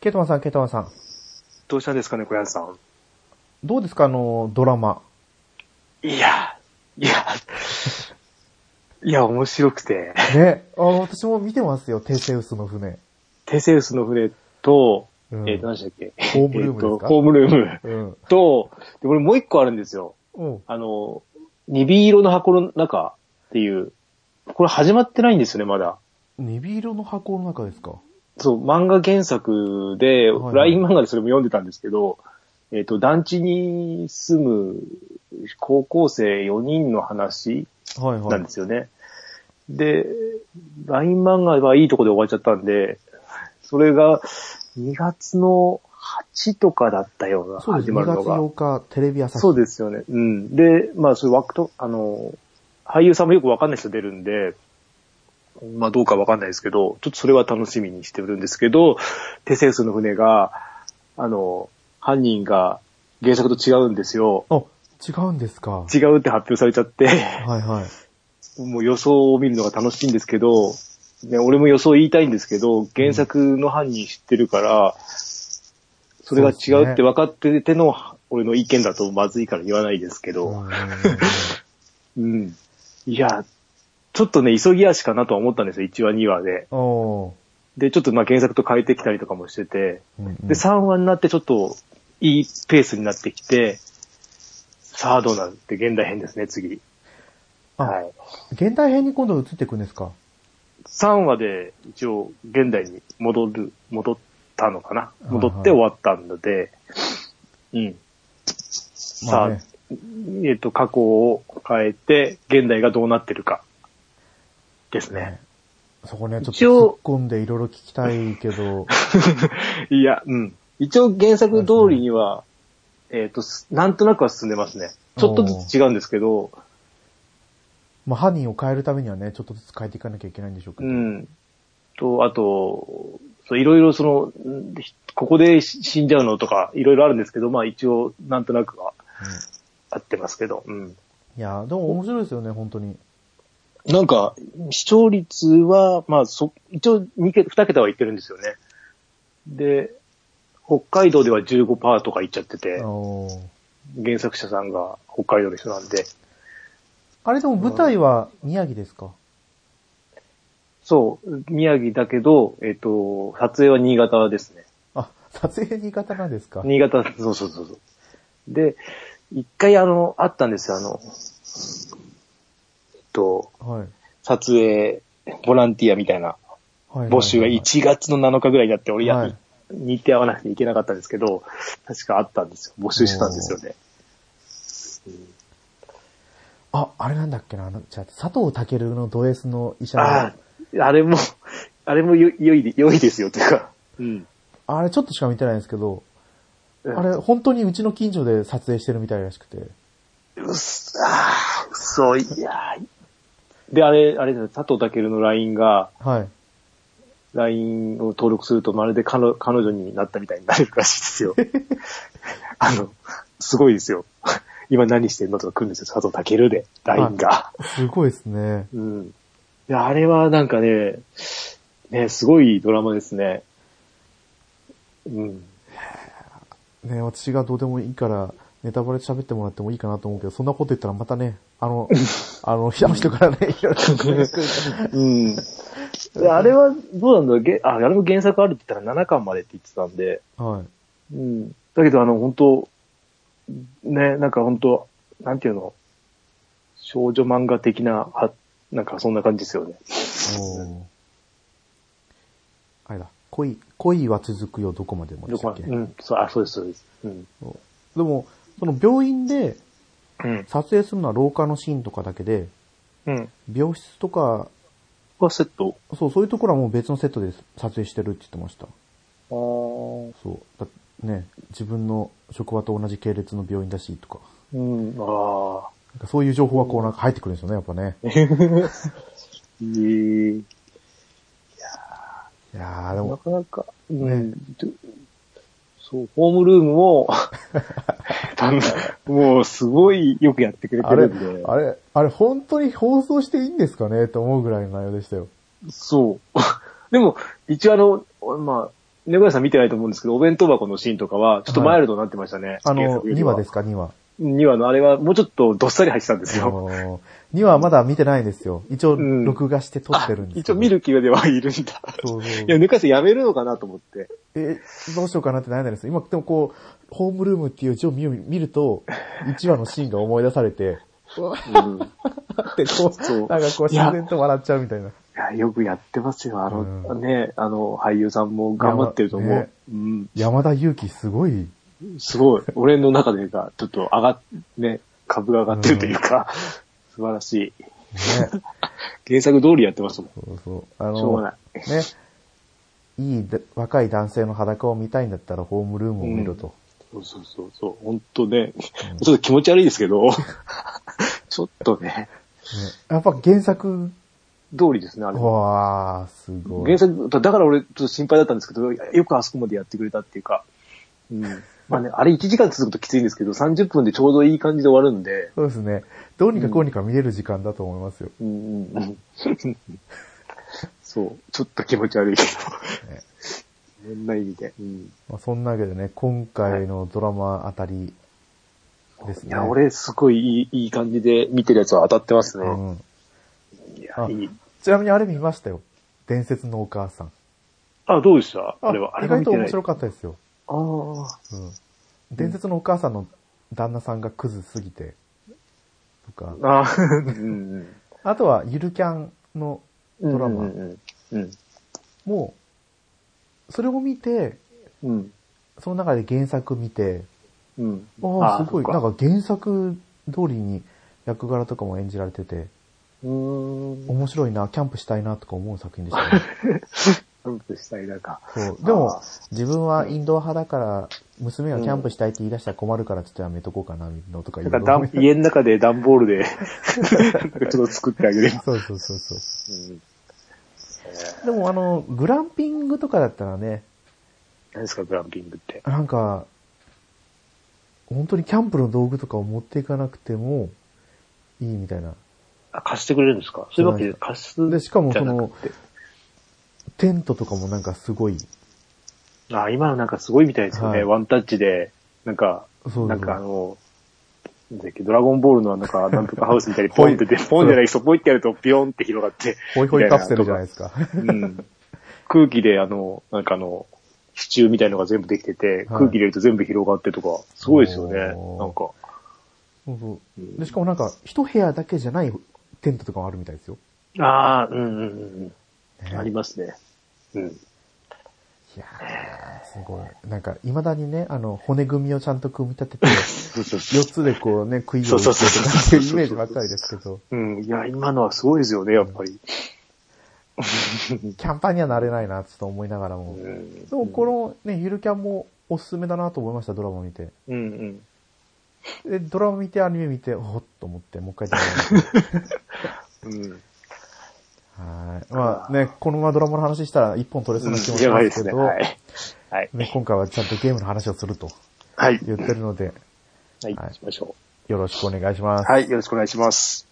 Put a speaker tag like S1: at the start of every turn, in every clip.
S1: ケイトマンさん、ケイトマンさん。
S2: どうしたんですかね、小籔さん。
S1: どうですかあの、ドラマ。
S2: いや、いや、いや、面白くて、
S1: ね。あ私も見てますよ、テセウスの船。
S2: テセウスの船と、
S1: うん。
S2: えっ、と、何でしたっけ
S1: ホームルーム
S2: えっ
S1: です
S2: と、
S1: か、
S2: ホームルーム
S1: うん。
S2: と、で、俺もう一個あるんですよ。
S1: うん。
S2: あの、ニビ色の箱の中っていう、これ始まってないんですよね、まだ。
S1: ネビ色の箱の中ですか
S2: そう、漫画原作で、
S1: はい
S2: ライン漫画でそれも読んでたんですけど、えっ、と、団地に住む高校生4人の話
S1: はいはい。
S2: なんですよね。で、ライン漫画はいいとこで終わっちゃったんで、それが2月の8とかだったような、
S1: そうです。
S2: 始ま
S1: 2
S2: る
S1: 月
S2: のが。
S1: 8日、テレビ朝日。
S2: そうですよね。うん。で、まあ、そういう枠と、あの、俳優さんもよくわかんない人出るんで、まあ、どうかわかんないですけど、ちょっとそれは楽しみにしてるんですけど、テセウスの船が、あの、犯人が原作と違うんですよ。
S1: あ、違うんですか。
S2: 違うって発表されちゃって、
S1: はいはい。
S2: もう予想を見るのが楽しいんですけど、ね、俺も予想言いたいんですけど、原作の犯人知ってるから、それが違うって分かってての、俺の意見だとまずいから言わないですけ
S1: うん
S2: ど、
S1: うんうん
S2: うん。いや、ちょっとね、急ぎ足かなとは思ったんですよ、1話、2話で。
S1: うん。お
S2: で、ちょっとまあ原作と変えてきたりとかもしてて、
S1: ー。うんうん
S2: で、3話になってちょっといいペースになってきて、さあどうなるって現代編ですね、次。
S1: あ
S2: はい。
S1: 現代編に今度移っていくんですか
S2: 3話で一応現代に戻る、戻ったのかな
S1: はい
S2: 戻って終わったので、うん。さあ、
S1: まあね
S2: えっ、と、過去を変えて、現代がどうなってるか、ですね。
S1: そこね、ちょっと
S2: 一応
S1: 突っ込んでいろいろ聞きたいけど、
S2: いや、うん。一応原作通りには、えっ、と、すなんとなくは進んでますね。ちょっとずつ違うんですけど、
S1: まあ犯人を変えるためにはね、ちょっとずつ変えていかなきゃいけないんでしょうけ
S2: う
S1: ど。
S2: ん。と、あと、そういろいろその、んここで死死んじゃうのとか、いろいろあるんですけど、まあ一応、なんとなくは合ってますけど、うん。
S1: いやーでも面白いですよね、本当に。
S2: なんか、視聴率は、まあ、そ、一応2桁、2桁はいってるんですよね。で、北海道では15%とかいっちゃってて、
S1: おー
S2: 原作者さんが北海道の人なんで、
S1: あれでも舞台は宮城ですか
S2: そう、宮城だけど、えっ、と、撮影は新潟ですね。
S1: あ、撮影新潟なんですか
S2: 新潟、そうそうそうそう。で、一回あの、あったんですよ、あの、えっと、
S1: はい。
S2: 撮影、ボランティアみたいな
S1: はい
S2: 募集が1月の7日ぐらいになって、俺や、
S1: はい
S2: 日程合わなくていけなかったんですけど、確かあったんですよ。募集してたんですよね。
S1: あ、あれなんだっけな、あの、じゃあ佐藤健のド S の医者の
S2: ああ、あれも、 あれもよ良いで、良いですよ、というか。うん。
S1: あれちょっとしか見てないんですけど、あれ本当にうちの近所で撮影してるみたいらしくて。
S2: うっす、ああ、そう、いやーで、あれ、あれですね佐藤健の LINE が、
S1: はい。
S2: LINE を登録するとまるで彼女彼女になったみたいになれるらしい ですよ。あの、すごいですよ。今何してんのとか来るんですよ、佐藤健で、LINE が。
S1: すごいですね。
S2: うん。いや、あれはなんかね、ね、すごいドラマですね。うん。
S1: ね、私がどうでもいいから、ネタバレ喋ってもらってもいいかなと思うけど、そんなこと言ったらまたね、あの、 あの、あの人からね、いろいろとね。
S2: うん。であれは、どうなんだろうげあ、あれも原作あるって言ったら7巻までって言ってたんで、
S1: はい。
S2: うん。だけど、あの、本当ね、なんか本当なんていうの、少女漫画的な、はなんかそんな感じですよね。
S1: おーあれだ、恋、恋は続くよ、どこまでもで
S2: ど
S1: した
S2: こ
S1: っけ。
S2: うん、そう、あ、そうです、そうです。うん。
S1: でも、その病院で
S2: うん。
S1: 撮影するのは廊下のシーンとかだけで、
S2: うん。
S1: 病室とか、
S2: これセット
S1: そう、そういうところはもう別のセットで撮影してるって言ってました。
S2: あー
S1: そう。だね、自分の職場と同じ系列の病院だし、とか。
S2: うん、ああ。
S1: なんかそういう情報はこうなんか入ってくるんですよね、やっぱね。
S2: えー
S1: いやー、で
S2: な
S1: も、
S2: かなか、
S1: ね
S2: ね、そう、ホームルーム も、 あのもうすごいよくやってくれて
S1: あれ
S2: るんで、、
S1: あれ、あれ本当に放送していいんですか ねと思うぐらいの内容でしたよ。
S2: そう。でも、一応あの、まあ、猫屋さん見てないと思うんですけど、お弁当箱のシーンとかは、ちょっとマイルドになってましたね。。
S1: あの、2話ですすか、2話。
S2: 2話のあれは、もうちょっとどっさり入ってたんです
S1: あ
S2: よ。
S1: の2話まだ見てないんですよ。一応、
S2: ん
S1: 録画して撮ってるんです
S2: 一応見
S1: る。
S2: る気ではいるんだ。
S1: そうそう
S2: いや、猫屋さんやめるのかなと思って。
S1: え、どうしようかなって悩んだんですよ。今、でもこう、ホームルームっていう字を見見る と、1話のシーンが思い出されて、
S2: うん、い
S1: ってこう、
S2: そう
S1: なんかこう、自然と笑っちゃうみたいな。
S2: や、よくやってますよ。あの、
S1: うん
S2: ね、あの、俳優さんも頑張ってると思う。
S1: いやね
S2: うん、
S1: 山田裕貴すご い、
S2: すごい。俺の中でが、ちょっと上がっ、ね、株が上がってるというか、素晴らしい。
S1: ね。
S2: 原作通りやってましたもん。
S1: そうそう。あの、
S2: しょうが
S1: ね。いいだ若い男性の裸を見たいんだったらホームルームを見ろと。
S2: そうそうそうそう、本当ね、ちょっと気持ち悪いですけど、ちょっとね、
S1: ねやっぱ原作、
S2: 通りですね、あれは。
S1: わー、すごい
S2: 原。作、だだから俺、ちょっと心配だったんですけど、よくあそこまでやってくれたっていうか、うん。まあね、あれ1時間続くときついんですけど、30分でちょうどいい感じで終わるんで、
S1: そうですね。どうにかこうにか見れる時間だと思いますよ。
S2: うんうんうん。そう、ちょっと気持ち 悪いけど、
S1: ね
S2: いろんな意味で。うん
S1: まあ、そんなわけでね、今回のドラマあたりです
S2: い
S1: ね。
S2: や、俺、すごいいいいい感じで見てるやつは当たってますね。
S1: うん。
S2: い
S1: あ
S2: や、いい。
S1: ちなみにあれ見ましたよ。伝説のお母さん。
S2: あ、どうでしたあれは。あれ
S1: 意
S2: は
S1: 外
S2: 見
S1: と
S2: てな
S1: 面
S2: い。
S1: 白かったですよ。
S2: ああ。
S1: うん。伝説のお母さんの旦那さんがクズすぎて、とか、
S2: ああ、うん。
S1: あとはゆるキャンのドラマ
S2: うん。うん。
S1: もう、それを見て、
S2: うん。
S1: その中で原作見て、
S2: うん。
S1: ああ、すごい、
S2: そっ
S1: なんか原作通りに役柄とかも演じられてて、
S2: うーん。
S1: 面白いな、キャンプしたいなとか思う作品でしたね。
S2: キャンプしたい、なんか。
S1: そう。でも
S2: あ、
S1: 自分はインドア派だから、娘がキャンプしたいって言い出したら困るからちょっとやめとこうかな、みんなとか言
S2: なん
S1: うの
S2: か段、家の中で段ボール で、ちょっと作ってあげ る。
S1: そうそうそうそう。
S2: うん。
S1: でもあの、グランピングとかだったらね、
S2: 何ですか、グランピングって。
S1: なんか、本当にキャンプの道具とかを持っていかなくてもいいみたいな。
S2: あ、貸してくれるんですかそういうわけ
S1: じゃな
S2: で
S1: い
S2: 貸す。
S1: で、しかも
S2: じ
S1: そ
S2: ゃなく
S1: の、テントとかもなんかすごい、
S2: あ、今のなんかすごいみたいですよ
S1: は
S2: ね。
S1: い
S2: ワンタッチで、なんか、
S1: そうそう
S2: なんかあの、なんだっけ、ドラゴンボールのな んか、なんとかハウスみたいにポンって出て、ポンじゃない、そこ行ってやるとビヨンって広がって。
S1: ホイホイカプセルじゃない
S2: い
S1: ですか。
S2: うん空気であの、なんかあの、支柱みたいのが全部できてて、空気入れると全部広がってとか、すごいですよね。
S1: おー
S2: なんか。
S1: そうそうで、しかもなんか、一部屋だけじゃないテントとかもあるみたいですよ。
S2: ああ、うんうんうんうん。
S1: ね
S2: ありますね。うん。
S1: いやー、すごい。なんか、未だにね、あの、骨組みをちゃんと組み 立てて、
S2: そうそうそう。
S1: 4つでこうね、食いを打
S2: そうそ
S1: っ
S2: う
S1: て
S2: そう
S1: なんて
S2: そう
S1: いうイメージばっかりですけど、
S2: うん。いや、今のはすごいですよね、やっぱり。
S1: キャンパーにはなれないな、ちょっと思いながらも。
S2: う
S1: で
S2: ん。
S1: も、このね、ゆるキャンもおすすめだなと思いました、ドラマ見て。
S2: うんうん。
S1: で、ドラマ見て、アニメ見て、おっと思って、もう一回ドラマ見て
S2: うん。
S1: はい。まあね、このままドラマの話したら一本取れそうな気もし
S2: や
S1: ま
S2: ばいですす
S1: け
S2: ね。
S1: ど、
S2: はい。はい。
S1: ね今回はちゃんとゲームの話をすると
S2: はい。
S1: 言ってるので、
S2: は
S1: はい
S2: い。しましょ
S1: よろしくお願いします。
S2: う。はい。よろしくお願いします。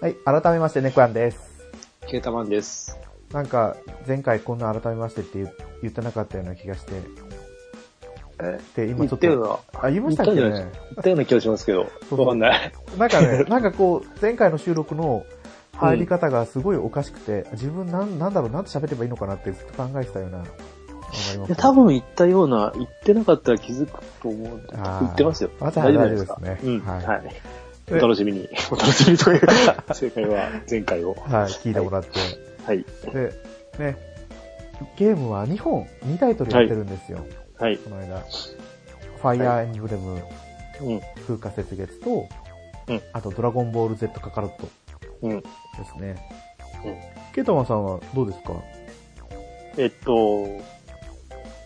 S1: はい、改めまして、猫やんです。
S2: ケータマンです。
S1: なんか、前回こんな改めましてって言言ってなかったような気がして、
S2: え
S1: で、今ちょっ
S2: 言ったよう
S1: と、
S2: な。
S1: あ、言いま
S2: 言っ
S1: した
S2: た
S1: っ
S2: ん
S1: け
S2: じゃない
S1: ね
S2: で。すか言ったような気がしますけど。
S1: そう
S2: わかんない。
S1: なんかね、 なんかこう、前回の収録の入り方がすごいおかしくて、自分なん、なんだろう、なんて喋ればいいのかなってずっと考えてたような、わかります
S2: いや多分言ったような、言ってなかったら気づくと思うんで、
S1: あー
S2: 言ってますよ。
S1: あ
S2: 大
S1: じ
S2: 丈
S1: ゃあ
S2: 夫じゃないですか。
S1: 大丈夫ですね
S2: うん、
S1: はい
S2: はい。お
S1: で
S2: 楽し みに。お楽しみにというか正解は前回を。
S1: はい、聞いてもらって。
S2: はい。
S1: で、ね、ゲームは2本、2タイトルやってるんですよ、
S2: はい。
S1: この間。ファイアーエンブレム、
S2: うん。
S1: 風化雪月と、
S2: うん
S1: あとドラゴンボール Z カカロット
S2: うん。
S1: ですね。ケイタマンさんはどうですか
S2: えっと、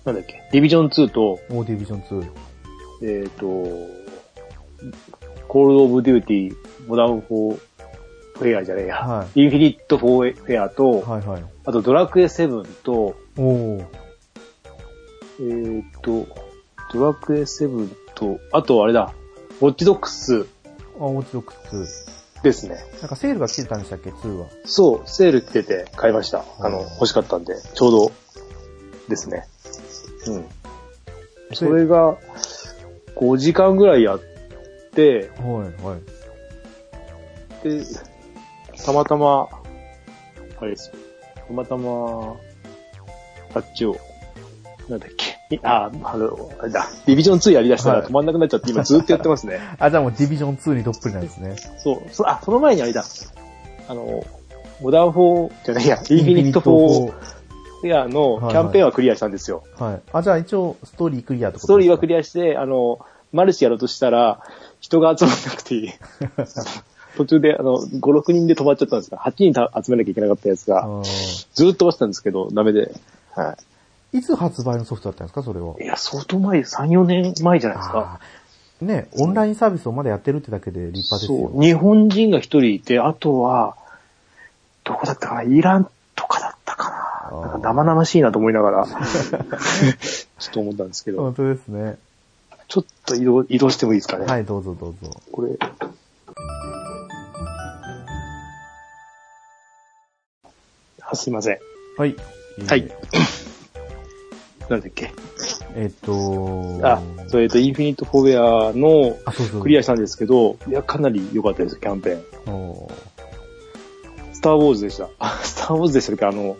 S2: なんだっけ。ディビジョン2と、
S1: オーディビジョン2。
S2: えっと、コールドオブデューティー、モダンフォーフェアじゃねえや。
S1: は
S2: インフィニットフォーフェアと、
S1: はいはい。
S2: あとドラクエ7と、
S1: おお
S2: えーっと、ドラクエ7と、あとあれだ、ウォッチドックス
S1: あ、ウォッチドックス
S2: ですね。
S1: 2。なんかセールが来てたんでしたっけ ?2 は。
S2: そう、セール来てて買いました。あの、欲しかったんで、ちょうどですね。うん。それが、5時間ぐらいやって、
S1: はい、はい。
S2: で、たまたま、あれですよ。たまたま、あっちを、なんだっけ。いあ、あの、あれだ。ディビジョン2やりだしたら
S1: はい
S2: 止まんなくなっちゃって、今ずっとやってますね。
S1: あ、じゃあもうディビジョン2にどっぷりなんですね。
S2: そうそ。あ、その前にあれだ。あの、モダン4、じゃないや、インフィニッ
S1: インフ
S2: ト
S1: ィニッ
S2: 4
S1: ト
S2: フェアのキャンペーンはクリアしたんですよ。
S1: 4はい。あ、じゃあ一応ストーリークリアってこと
S2: ストーリーはク
S1: ア。
S2: リアして、あの、マルシやろうとしたら、人が集まらなくて いい。途中で、あの、5、6人で止まっちゃったんですが、8人た集めなきゃいけなかったやつ
S1: あ
S2: が、
S1: ー
S2: ずーっと飛ばしてたんですけど、ダメで。はい
S1: つ発売のソフトだったんですかそれは。
S2: い。いや、相当前、3、4年前じゃないですか。
S1: あーね、オンラインサービスをまだやってるってだけで立派です
S2: そ
S1: よ
S2: う。。日本人が1人いて、あとは、どこだったかなイランとかだったかな
S1: あー
S2: なんか生々しいなと思いなが ら、ちょっと思ったんですけど、
S1: 本当ですね。
S2: ちょっと移動、移動してもいいですかね。
S1: はい、どうぞどうぞ。
S2: これ。あすいません。
S1: はい。
S2: はい なんだっけ。
S1: えっと、
S2: あ、そうえっ、と、インフィニットフォーウェアの
S1: あ、そうそう。
S2: クリアしたんですけど、いや、かなり良かったです、キャンペーン。
S1: おー
S2: スターウォーズでした。 あ、スターウォーズでしたっけあの、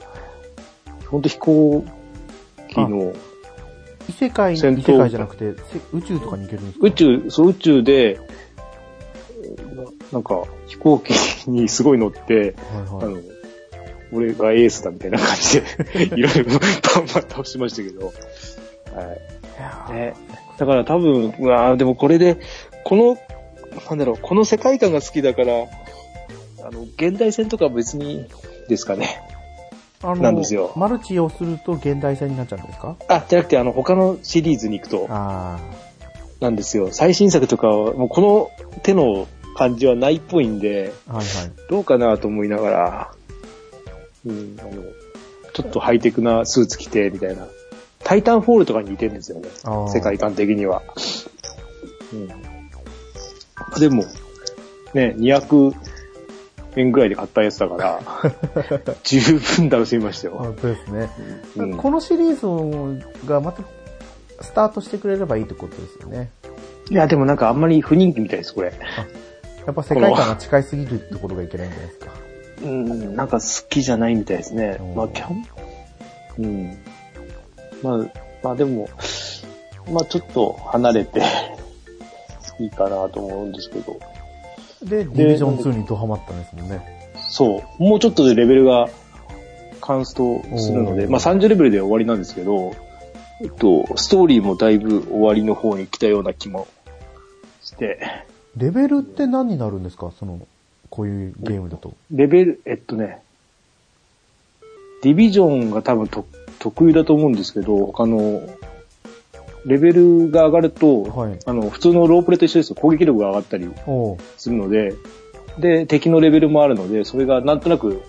S2: ほんと飛行機の、
S1: 異世界、異
S2: 戦闘
S1: 世界じゃなくて、せ宇宙とかに行けるんですか
S2: 宇宙、そう、宇宙で、ななんか、飛行機にすごい乗って、
S1: はい
S2: あ
S1: はい。
S2: の、俺がエースだみたいな感じ で、いろいろバンバン倒しましたけど。はい。ね、だから多分、うわーでもこれで、この、なんだろう、この世界観が好きだから、あの、現代戦とかは別にですかね。
S1: あ
S2: なんですよ
S1: マルチをすると現代戦になっちゃうんですか
S2: あ、じゃなくて、あの、他のシリーズに行くと、
S1: あ
S2: なんですよ。最新作とかは、もうこの手の感じはないっぽいんで、
S1: あ、はいはい。
S2: どうかなと思いながら、うん、あの、ちょっとハイテクなスーツ着て、みたいな。タイタンフォールとかに似てるんですよね。
S1: あー
S2: 世界観的には。うん。でも、ね、200円ぐらいで買ったやつだから、十分楽しみました
S1: あ
S2: よ。
S1: 本当ですね。
S2: うん
S1: このシリーズがまたスタートしてくれればいいってことですよね。
S2: いや、でもなんかあんまり不人気みたいです、これ。
S1: やっぱ世界観が近いすぎるってことがいけないんじゃないですか。
S2: うん、なんか好きじゃないみたいですね
S1: うん。
S2: まあ、キャンうん。まあ、まあでも、まあちょっと離れて いいかなと思うんですけど、
S1: で、ディビジョン2にドハマったんですもんね。
S2: そう、もうちょっとでレベルがカンストするので、
S1: おー
S2: まあ30レベルで終わりなんですけど、えっと、ストーリーもだいぶ終わりの方に来たような気もして、
S1: レベルって何になるんですかその、こういうゲームだと。
S2: レベル、えっとね、ディビジョンが多分と得意だと思うんですけど、他の、レベルが上がると、
S1: はい
S2: あの、普通のロープレと一緒ですよ。攻撃力が上がったり
S1: おう
S2: するので、で、敵のレベルもあるので、それがなんとなく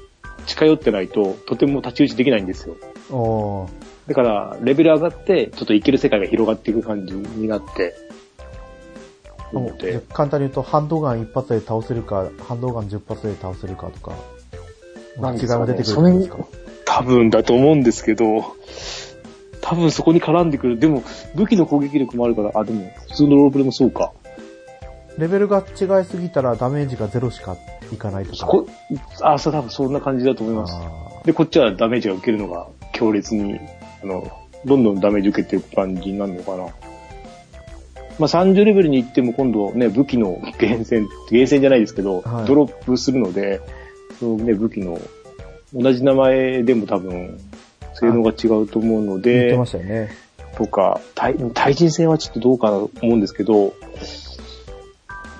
S2: 近寄ってないと、とても太刀打ちできないんですよ。
S1: おう
S2: だから、レベル上がって、ちょっといける世界が広がっていく感じになって、
S1: あもう
S2: ので、
S1: 簡単に言うと、ハンドガン一発で倒せるか、ハンドガン十発で倒せるかとか、
S2: なん
S1: 違
S2: で
S1: い
S2: すか
S1: が
S2: ね
S1: 出てくるんですか
S2: 多分だと思うんですけど、多分そこに絡んでくる。でも、武器の攻撃力もあるから、あ、でも、普通のロープレもそうか。
S1: レベルが違いすぎたらダメージがゼロしかいかないと
S2: そ
S1: か。
S2: こ、あ、そう、多分そんな感じだと思います。
S1: あ
S2: で、こっちはダメージが受けるのが強烈に、あの、どんどんダメージ受けていく感じになるのかな。まあ、30レベルに行っても今度ね、武器の厳選、厳選じゃないですけど、
S1: はい
S2: ドロップするので、そのね、武器の、同じ名前でも多分、性能が違うと思うの
S1: ー
S2: で、
S1: 言ってましたよね。
S2: とか、対対人戦はちょっとどうかなと思うんですけど、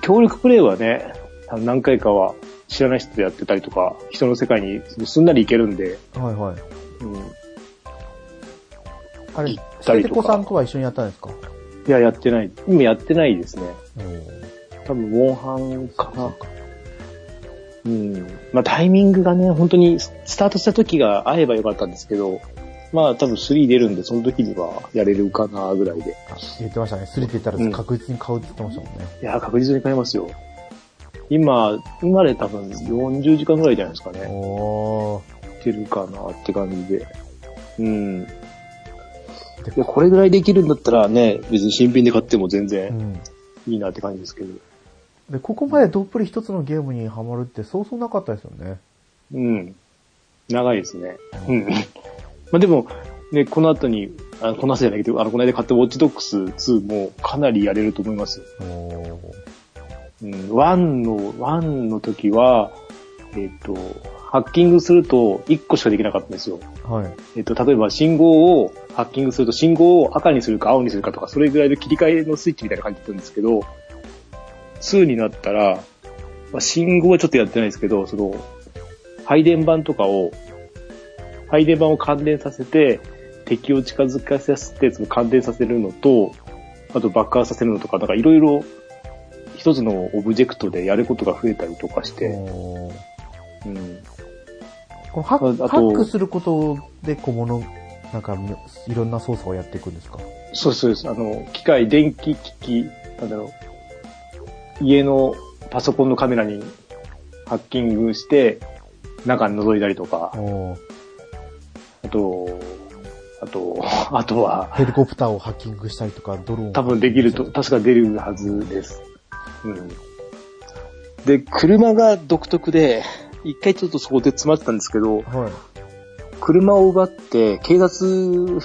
S2: 協力プレイはね、あの何回かは知らない人でやってたりとか、人の世界にすんなりいけるんで、
S1: はいはい。
S2: うん、い
S1: あれ、
S2: 行ったり
S1: て
S2: とか
S1: こさんとは一緒にやったんですか
S2: や、やってない。今やってないですね。
S1: おー
S2: 多分、モンハンかな。うん。まあ、タイミングがね、本当に、ススタートした時が合えばよかったんですけど、まあ多分3出るんで、その時にはやれるかなぐらいで。
S1: あ言ってましたね。3って言ったら確実に買うって言ってましたもんね。
S2: いや、確実に買えますよ。今、今で多分40時間ぐらいじゃないですかね。
S1: お
S2: ってるかなって感じで。うん。
S1: ー。で
S2: いや、これぐらいできるんだったらね、別に新品で買っても全
S1: う
S2: 然
S1: ん。
S2: いいなって感じですけど。
S1: で、ここまでどっぷり一つのゲームにハマるってそうそうなかったですよね。
S2: うん。長いですね。うん。 まあでも、ね、この後に、あこの後じゃないけど、あの、この間買ったウォッチドックス2もかなりやれると思いますよ。
S1: おー。
S2: うん。1の、ワンの時は、えっ、と、ハッキングすると1個しかできなかったんですよ。
S1: はい。
S2: えっと、例えば信号をハッキングすると信号を赤にするか青にするかとか、それぐらいの切り替えのスイッチみたいな感じだったんですけど、2になったら、まあ、信号はちょっとやってないですけど、その、配電盤とかを、配電盤を感電させて、敵を近づかせて、その感電させるのと、あと爆破させるのとか、なんかいろいろ一つのオブジェクトでやることが増えたりとかして、
S1: おー
S2: うん、
S1: このハッ
S2: ああと
S1: ハックすることで小物、なんかいろんな操作をやっていくんですか
S2: そうですそうです。あの、機械、電気機器、なんだろう。家のパソコンのカメラにハッキングして、中に覗いたりとか、
S1: おー
S2: あと、あと、 あとは、
S1: ヘリコプターをハッキングしたりとか、ドローンを
S2: 多分できると、確か出るはずです。うん。で、車が独特で、一回ちょっとそこで詰まってたんですけど、
S1: はい。
S2: 車を奪って、警察の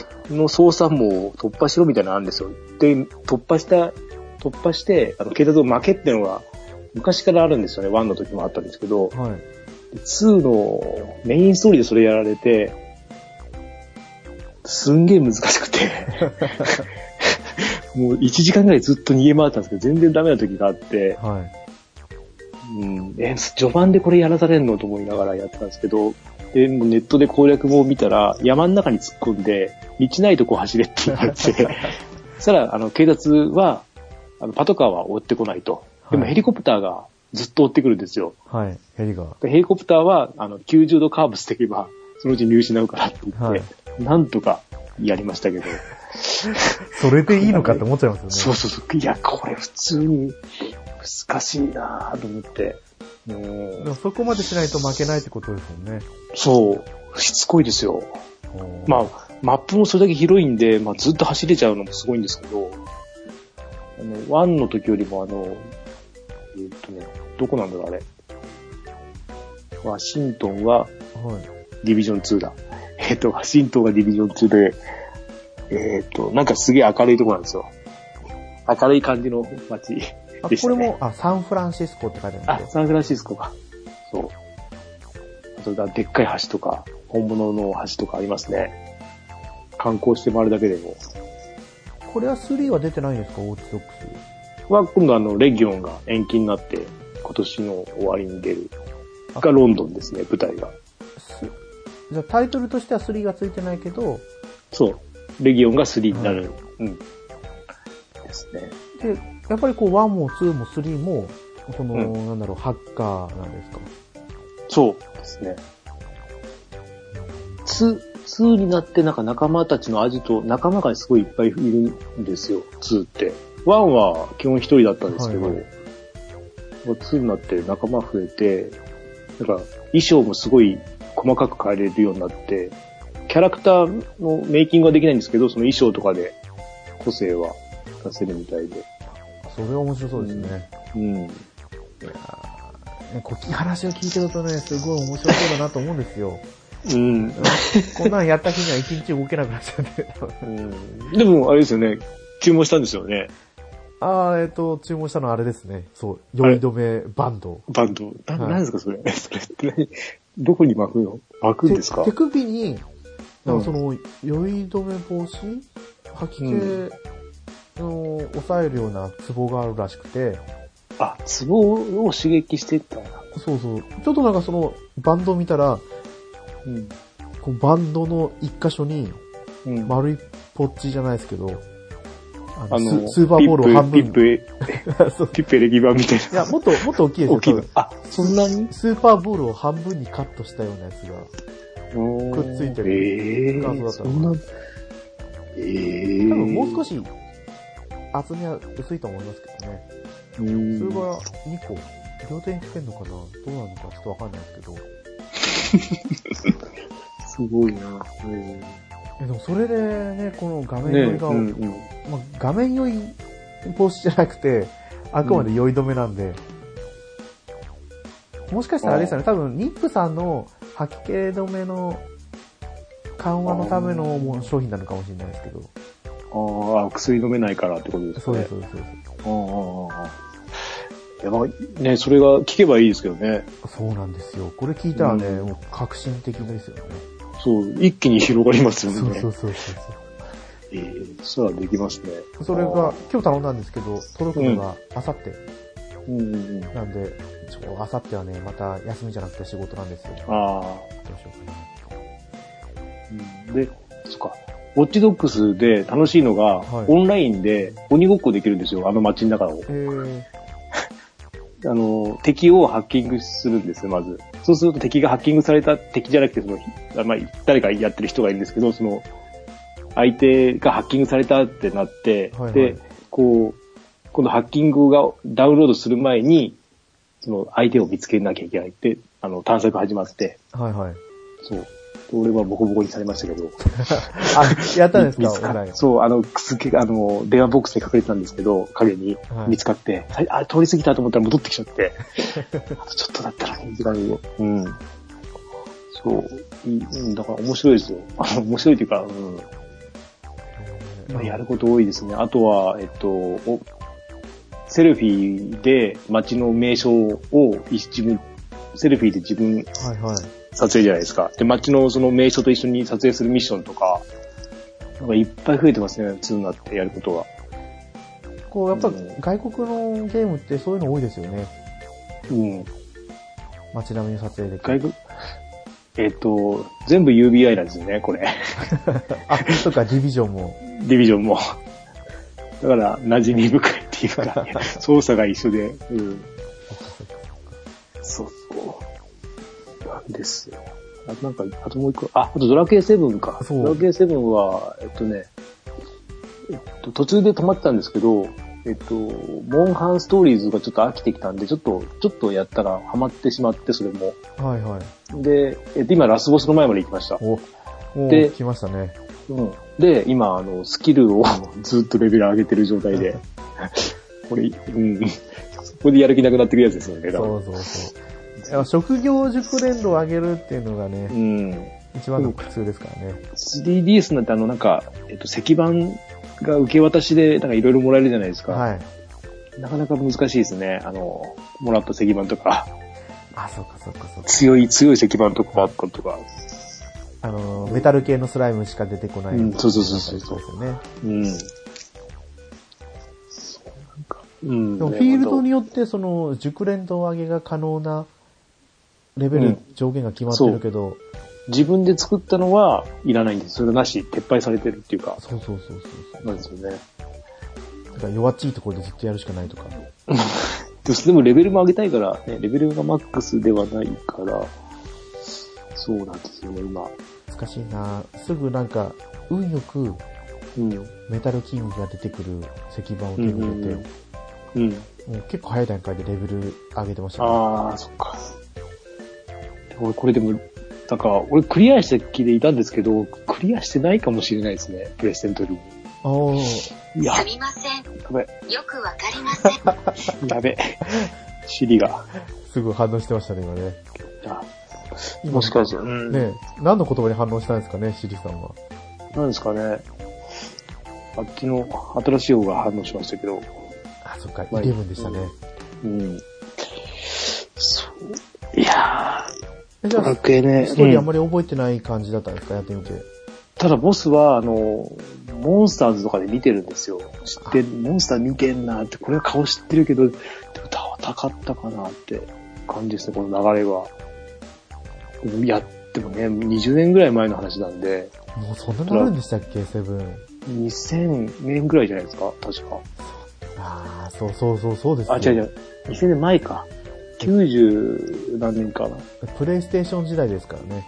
S2: 捜査網を突破しろみたいなのあるんですよ。で、突破した、突破して、あの、警察を負けっていうのが、昔からあるんですよね。1の時もあったんですけど、
S1: はい。
S2: 2のメインストーリーでそれやられて、すんげえ難しくて、もう1時間ぐらいずっと逃げ回ったんですけど、全然ダメな時があって、
S1: はい。
S2: うん、え、序盤でこれやらされんのと思いながらやってたんですけど、で、もうネットで攻略法を見たら、山の中に突っ込んで、道ないとこ走れって言 われて、そしたら、あの、警察は、あの、パトカーは追ってこないと。でも
S1: はい
S2: ヘリコプターがずっと追ってくるんですよ。
S1: はい。ヘリが。
S2: でヘリコプターは、あの、90度カーブしていけば、そのうち見失うからって言って、
S1: はい
S2: なんとかやりましたけど、
S1: それでいいのかって思っちゃいますよね。
S2: そうそうそう、いや、これ普通に難しいなぁと思って。うん
S1: でもそこまでしないと負けないってことですもんね。
S2: そう、しつこいですよ。
S1: おー
S2: まあ、マップもそれだけ広いんで、まあ、ずっと走れちゃうのもすごいんですけど、あの、1の時よりもあの、えっとね、どこなんだろう、あれ。ワシントンは
S1: はい。
S2: ディビジョン2だ。えっ と、ワシントンがディビジョン2で、えっと、なんかすげえ明るいとこなんですよ。明るい感じの街。
S1: あ、
S2: でし
S1: こ
S2: た
S1: れ
S2: ね
S1: も、あ、サンフランシスコって書いてあ
S2: あ
S1: るん、ですよ。
S2: サンフランシスコか。そう。あとだ、でっかい橋とか、本物の橋とかありますね。観光して回るだけでも。
S1: これは3は出てないんですかウォッチドック
S2: は、今度あの、レギオンが延期になって、今年の終わりに出る。がロンドンですね、舞台が。
S1: ス。すじゃあタイトルとしては3がついてないけど、
S2: そう。レギオンが3になる。うん。ですね。
S1: で、やっぱりこう1も2も3も、この、
S2: う
S1: なんだろう、ハッカーなんですか。
S2: そうですね。2、2になってなんか仲間たちの味と仲間がすごいいっぱいいるんですよ、2って。1は基本一人だったんですけど、
S1: はいは
S2: 2になって仲間増えて、なんか衣装もすごい細かく変えれるようになって、キャラクターのメイキングはできないんですけど、その衣装とかで個性は出せるみたいで。
S1: それは面白そうですね。
S2: うん。
S1: ねこう話を聞いてるとね、すごい面白そうだなと思うんですよ。
S2: うん。
S1: こんなんやった日には一日動けなくなっちゃって。
S2: うん、でも、あれですよね、注文したんですよね。
S1: あー、えっ、と、注文したのはあれですね。そう、酔い止めバンド。
S2: バンド。な、
S1: はい
S2: なんですかそれ。 それって何どこに巻くの巻くんですか
S1: 手手首に、
S2: うん
S1: なんかその、酔い止め防止吐き気、
S2: うん
S1: の、抑えるようなツボがあるらしくて、
S2: あ、ツボを刺激してったな。
S1: そうそう。ちょっとなんかその、バンドを見たら、
S2: うん。
S1: こうバンドの一箇所に、
S2: うん。
S1: 丸いポッチじゃないですけど、あ
S2: あの、
S1: ススーパーボールを半分。
S2: ピップ、ピップ
S1: そう
S2: ピップエレギバーみたい
S1: い
S2: な
S1: や、。もっと、もっと大きいですよ。
S2: 大きいの
S1: 多分。
S2: あ、そんなに
S1: スーパーボールを半分にカットしたようなやつが。
S2: く
S1: くっついて
S2: ええ
S1: る画像だ
S2: ー、
S1: った
S2: そ
S1: ら
S2: んな、ええー。
S1: 多分もう少
S2: し、
S1: し厚みは薄いと思いますけどね。
S2: そ
S1: それ
S2: れ
S1: が2個。両手につけるのかなどうなのかちょっとわかんないですけど。
S2: すごいな。うん
S1: えでもそれでね、この画面
S2: ね
S1: 酔いが、
S2: うんうん
S1: まあ、画面酔い防止じゃなくて、あくまで酔い止めなんで、もしかしたらあれですよね、多分、ニップさんの吐き気止めの緩和のためのもう商品なのかもしれないですけど、
S2: ああ、薬飲めないからってことですね。
S1: そうです、そうです、そうで
S2: ああああああいや、まあ、ね、それが聞けばいいですけどね。
S1: す。そうなんですよ。これ聞いたらね、
S2: うん
S1: もう革新的ですよね。
S2: そう、一気に広がりますよね。
S1: そうそうそうそう。
S2: ええそうはできますね。
S1: それ
S2: あ
S1: が
S2: あ、、
S1: 今日頼んだんですけど、届くのが明後日
S2: うんうんうん。あ
S1: なんで、ちょ、明後日はね、また休みじゃなくて仕事なんですよ。ど
S2: あ。
S1: うしようか
S2: うんで、そっか。ウォッチドックスで楽しいのが、
S1: はい
S2: オンラインで鬼ごっこできるんですよ、あの街の中を。
S1: な。えー、
S2: あの、敵をハッキングするんですよ、まず。そうすると敵がハッキングされた敵じゃなくて、その、あまあ、誰かやってる人がいるんですけど、その、相手がハッキングされたってなって、
S1: はいはい
S2: で、こう、このハッキングがダウンロードする前に、その相手を見つけなきゃいけないって、あの、探索始まって、
S1: はいはい。
S2: そう。で俺はボコボコにされましたけど。
S1: あ、やったんです
S2: 見
S1: か
S2: つ
S1: オンライ
S2: か
S1: ン
S2: そう、あの、くすけ、あの、電話ボックスで隠れてたんですけど、影に
S1: はい
S2: 見つかって、さあれ通り過ぎたと思ったら戻ってきち ゃって、あとちょっとだったらいい時間に。うん。そう、いい、うん、だから面白いですよ。 あの面白いというか、うん。まあやること多いですね。あとは、えっと、おセルフィーで街の名称を一自分、セルフィーで自分
S1: はいはい。
S2: 撮影じゃないですか。で、街のその名所と一緒に撮影するミッションとか、なんかいっぱい増えてますね、通になってやることが。
S1: こう、やっぱ外国のゲームってそういうの多いですよね。
S2: うん。
S1: 街並みの撮影でき
S2: 外
S1: る。
S2: 国、えっ、と、全部 UBI なんですよね、これ。
S1: あ、そっか、ディビジョンも。
S2: ディビジョンも。だから、馴染み深いっていうか、操作が一緒で、うん。
S1: そっかそっか
S2: そうそう。なんですよ。あとなんか、あともう一個、あ、あとドラケイ7か。
S1: そう
S2: ドラケイ7は、えっとね、えっと、途中で止まってたんですけど、えっと、モンハンストーリーズがちょっと飽きてきたんで、ちょっと、ちょっとやったらハマってしまって、それも。
S1: はいはい。
S2: で、えっと、今ラスボスの前まで行きました。
S1: お、もう
S2: で
S1: 来ましたね。
S2: うん。で、今、あの、スキルを ずっとレベル上げてる状 態で、これ、うん、そこでやる気なくなってくるやつですよね、多
S1: そ
S2: 分
S1: うそうそう。やっぱ職業熟練度を上げるっていうのが
S2: う
S1: ね、
S2: ん。
S1: 一番の苦痛ですからね。
S2: 3DS なんてあの、なんか、えっと、石板が受け渡しで、なんかいろいろもらえるじゃないですか。
S1: はい。
S2: なかなか難しいですね。あの、もらった石板 とか、
S1: あ、そっかそっかそっか。
S2: 強い、強い石板とかあったとか。
S1: あの、メタル系のスライムしか出てこない。
S2: うんそうそうそうそう
S1: そうですよね。
S2: うん。そうなんかうん。
S1: でもフィールドによってその熟練度上げが可能なレベ
S2: う
S1: ル
S2: ん
S1: 上限が決まってるけど、
S2: 自分で作ったのはいらないんです。それなし、撤廃されてるっていうか、
S1: そうそうそうそうそ
S2: なん
S1: う。
S2: ですよね。
S1: だから弱っちいところでずっとやるしかないとか。
S2: ででもレベルも上げたいから、ね、レベルがマックスではないから、そうなんですよね、今。
S1: 難しいなすぐなんか、運よく
S2: うん。
S1: メタルキングが出てくる石板を手に入れて、
S2: うん。
S1: もう結構早い段階でレベル上げてましたね。
S2: ああ、そっか。で俺、これでも、なんか、俺クリアした気でいたんですけど、クリアしてないかもしれないですね、プレステントリー
S1: あー
S2: に。いや、
S3: すみません。
S2: やべ、
S3: よくわかりません。
S2: やべ、シリが。
S1: すぐ反応してましたね、今ね。
S2: あ
S1: 今
S2: もしかして、うん
S1: ね何の言葉に反応したんですかね、シリさんは。
S2: なんですかね。あっちの新しい方が反応しましたけど。
S1: あ、そっか、
S2: まあ
S1: イレブンでしたね。
S2: うん。そう。いや
S1: え
S2: ー、
S1: じ
S2: ド
S1: ゃあ
S2: ラ、クエね。
S1: ストーリーあ
S2: うんん
S1: まり覚えてない感じだったんですか、やってみて。
S2: ただボスは、あの、モンスターズとかで見てるんですよ。知って、モンスター見てんなって、これは顔知ってるけど、でも戦ったかなって感じですね、この流れは。いや、でもね、20年ぐらい前の話なんで、
S1: もうそんなになるんでしたっけ、セブン。
S2: 2000年ぐらいじゃないですか確か。
S1: ああ、そうそうそう、そうです
S2: あ、違う違う。2000年前か。90何年かな。
S1: プレイステーション時代ですからね。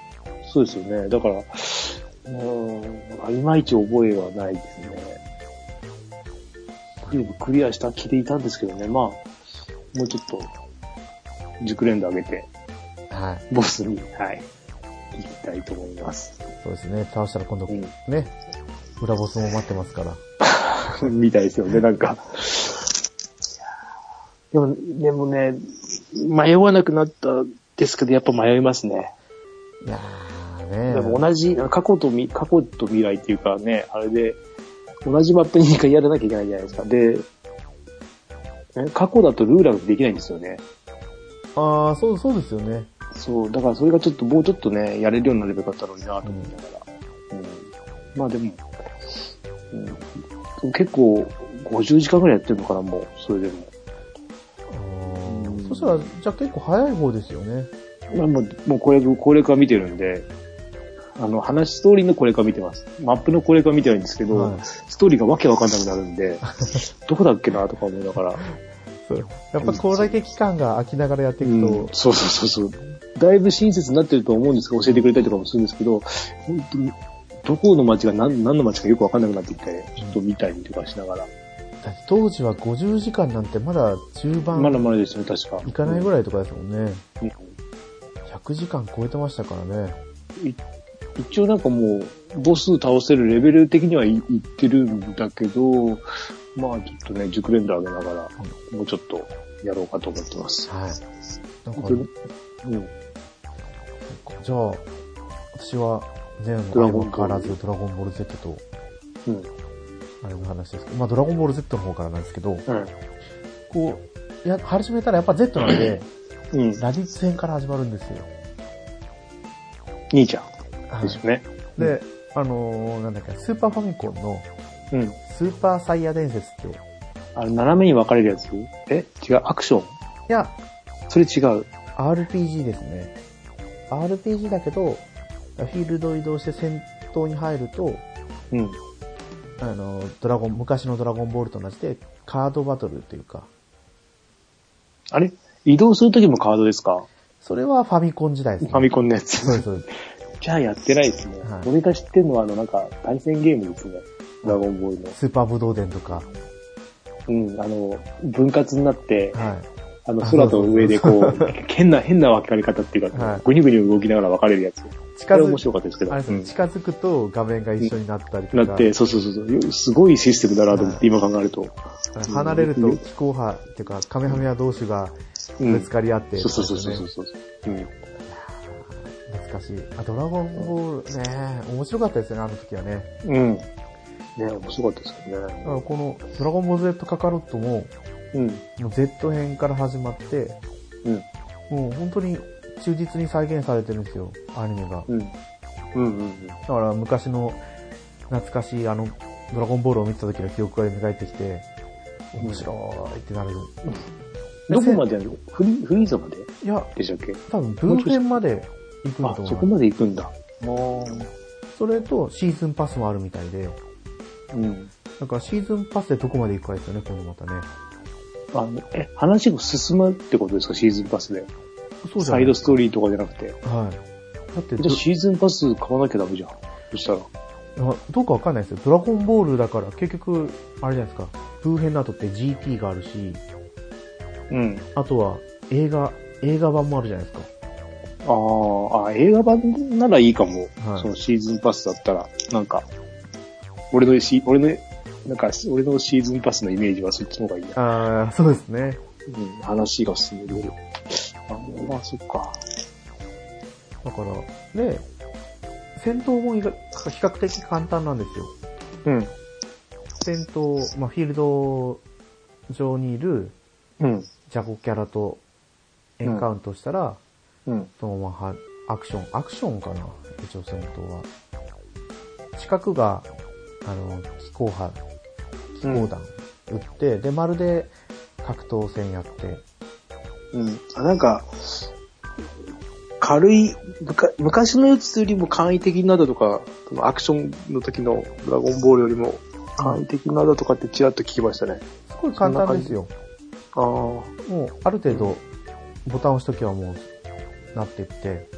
S2: そうですよね。だから、うーん、なんかいまいち覚えはないですね。よくクリアした気でいたんですけどね。まあ、もうちょっと、熟練度上げて、
S1: はい。
S2: ボスに、はい、行きたいと思います。
S1: そうですね。倒したら今度、
S2: うん
S1: ね、裏ボスも待ってますから。
S2: みたいですよね、なんか。でも、でもね、迷わなくなったですけど、やっぱ迷いますね。
S1: いやーね
S2: でも同じ、過去とみ、過去と未来っていうかね、あれで、同じマップに2回やらなきゃいけないじゃないですか。で、え過去だとルーラーできないんですよね。
S1: ああ、そう、そうですよね。
S2: そう、だからそれがちょっと、もうちょっとね、やれるようになればよかったのになと思いながら。うん。まあでも、うん、結構、50時間ぐらいやってるのかな、もう、それでも。
S1: あーそしたら、じゃあ結構早い方ですよね。
S2: まあ、もう、もうこれ、これから見てるんで、あの、話、ストーリーのこれから見てます。マップのこれから見てないんですけど、
S1: はい
S2: ストーリーがわけわかんなくなる んで、どこだっけなとか思いながら。
S1: そう。やっぱこれだけ期間が空きながらやっていくと、
S2: うんそうそうそうそう。だいぶ親切になってると思うんですが、教えてくれたりとかもするんですけど、本当に、どこの街が何何の街かよくわかんなくなってきて、ちょっと見たりとかしながら。
S1: だって当時は50時間なんてまだ中
S2: まだ
S1: 盤
S2: まだですね、確か。
S1: いかないぐらいとかですもんね。
S2: うん
S1: 100時間超えてましたからね。
S2: 一応なんかもう、ボス倒せるレベル的にはい、いってるんだけど、まあちょっとね、熟練度上げながら、もうちょっとやろうかと思ってます。
S1: はい。なんか、
S2: 本当にうん。
S1: じゃあ、私は、ね、
S2: ド
S1: ド
S2: ラ
S1: ラ
S2: ゴ
S1: ゴ
S2: ン
S1: ン
S2: ボール
S1: 変わらずドラゴンボール Z と、
S2: うん。
S1: あれの話ですけど、まあドラゴンボール Z の方からなんですけど、
S2: う
S1: こう、や、始めたらやっぱ Z なんで、
S2: ん。うん。
S1: ラディッツ編から始まるんですよ。
S2: 兄ちゃん
S1: は
S2: ですよね。
S1: い。で、あのーなんだっけ、スーパーファミコンの
S2: うん。
S1: スーパーサイヤ伝説って、い
S2: あの、斜めに分かれるやつえ違う、アクション
S1: や、
S2: それ違う。
S1: RPG ですね。RPG だけど、フィールド移動して戦闘に入ると、
S2: うん。
S1: あの、ドラゴン、昔のドラゴンボールと同じで、カードバトルというか、
S2: あれ移動するときもカードですか
S1: それはファミコン時代です
S2: フ
S1: ね。
S2: ァミコンのやつ
S1: そう。です、そうです。
S2: じゃあやってないですね。
S1: はい
S2: 俺が知ってるのは、あの、なんか、対戦ゲームですね。ドラゴンボールの。
S1: スーパーブドウ伝とか、
S2: うん、あの、分割になって、
S1: は
S2: あの、空と上でこう、変な、変な分かれ方っていう
S1: は
S2: か
S1: い、
S2: ぐにゅぐにゅ動きながら分かれるやつ。
S1: い。
S2: こ
S1: 近
S2: れ面
S1: づ
S2: 白かったですけど。
S1: あれですね
S2: うん
S1: 近づくと画面が一緒になったりとか、
S2: なって、そうそうそうそう、すごいシステムだなと思って、今考えると。
S1: 離れる
S2: う
S1: と
S2: ん
S1: 気候派っていうか、カメハメハ同士が
S2: うん
S1: ぶつかり合って、
S2: そうそうそうそうそう。うん。
S1: 懐かしい。あ、ドラゴンボールね、面白かったですよね、あの時はね。
S2: うん。ね、面白かったですよ
S1: だ
S2: ね。
S1: からこの、ドラゴンボール Z カカロットも、
S2: うん。
S1: もう Z 編から始まって、
S2: うん。
S1: もう本当に忠実に再現されてるんですよ、アニメが。
S2: うん。うんうん
S1: だから昔の懐かしいあの、ドラゴンボールを見てた時の記憶が蘇ってきて、
S2: ん
S1: 面白いってなる。
S2: うん。どこまでやるのフリフリーザまで
S1: いや、
S2: でしたっけ
S1: 多分ブー編まで行くんだと、
S2: あそ
S1: 思
S2: こ
S1: いま
S2: まで行くんだ。
S1: す。それとシーズンパスもあるみたいで、
S2: うん。
S1: だからシーズンパスでどこまで行くかですよね、今度またね。
S2: あの、え、話が進むってことですかシーズンパスで。
S1: そうじゃ
S2: サ
S1: な
S2: イ
S1: い
S2: ドストーリーとかじゃなくて。
S1: はい。だって
S2: じ
S1: ど
S2: ゃあ、シーズンパス買わなきゃダメじゃん。そしたら。
S1: あどうかわかんないですよ。ドラゴンボールだから結局、あれじゃないですか。ブー編の後って GT があるし、
S2: うん。
S1: あとは映画、映画版もあるじゃないですか。
S2: あーあ、映画版ならいいかも。
S1: はい
S2: そのシーズンパスだったら、なんか、俺のし、俺の、なんか、俺のシーズンパスのイメージはそっちの方がいいや。
S1: ああ、そうですね。
S2: うん、話が進めるより。あ、まあ、そっか。
S1: だから、で、戦闘も意外比較的簡単なんですよ。
S2: うん。
S1: 戦闘、まあ、フィールド上にいる
S2: うん。
S1: ジャコキャラとエンカウントしたら、
S2: うん。
S1: そのままはアクション、アクションかな一応戦闘は。四角が、あの、気候派、気候弾撃って、で、丸で格闘戦やって、
S2: うん。あ、なんか、軽い、むか昔のやつよりも簡易的になったとか、そのアクションの時のドラゴンボールよりも快適なだとかってちらっと聞きましたね。
S1: すごい簡単ですよ。
S2: ああ。
S1: もう、ある程度、ボタンを押しときはもう、なってって。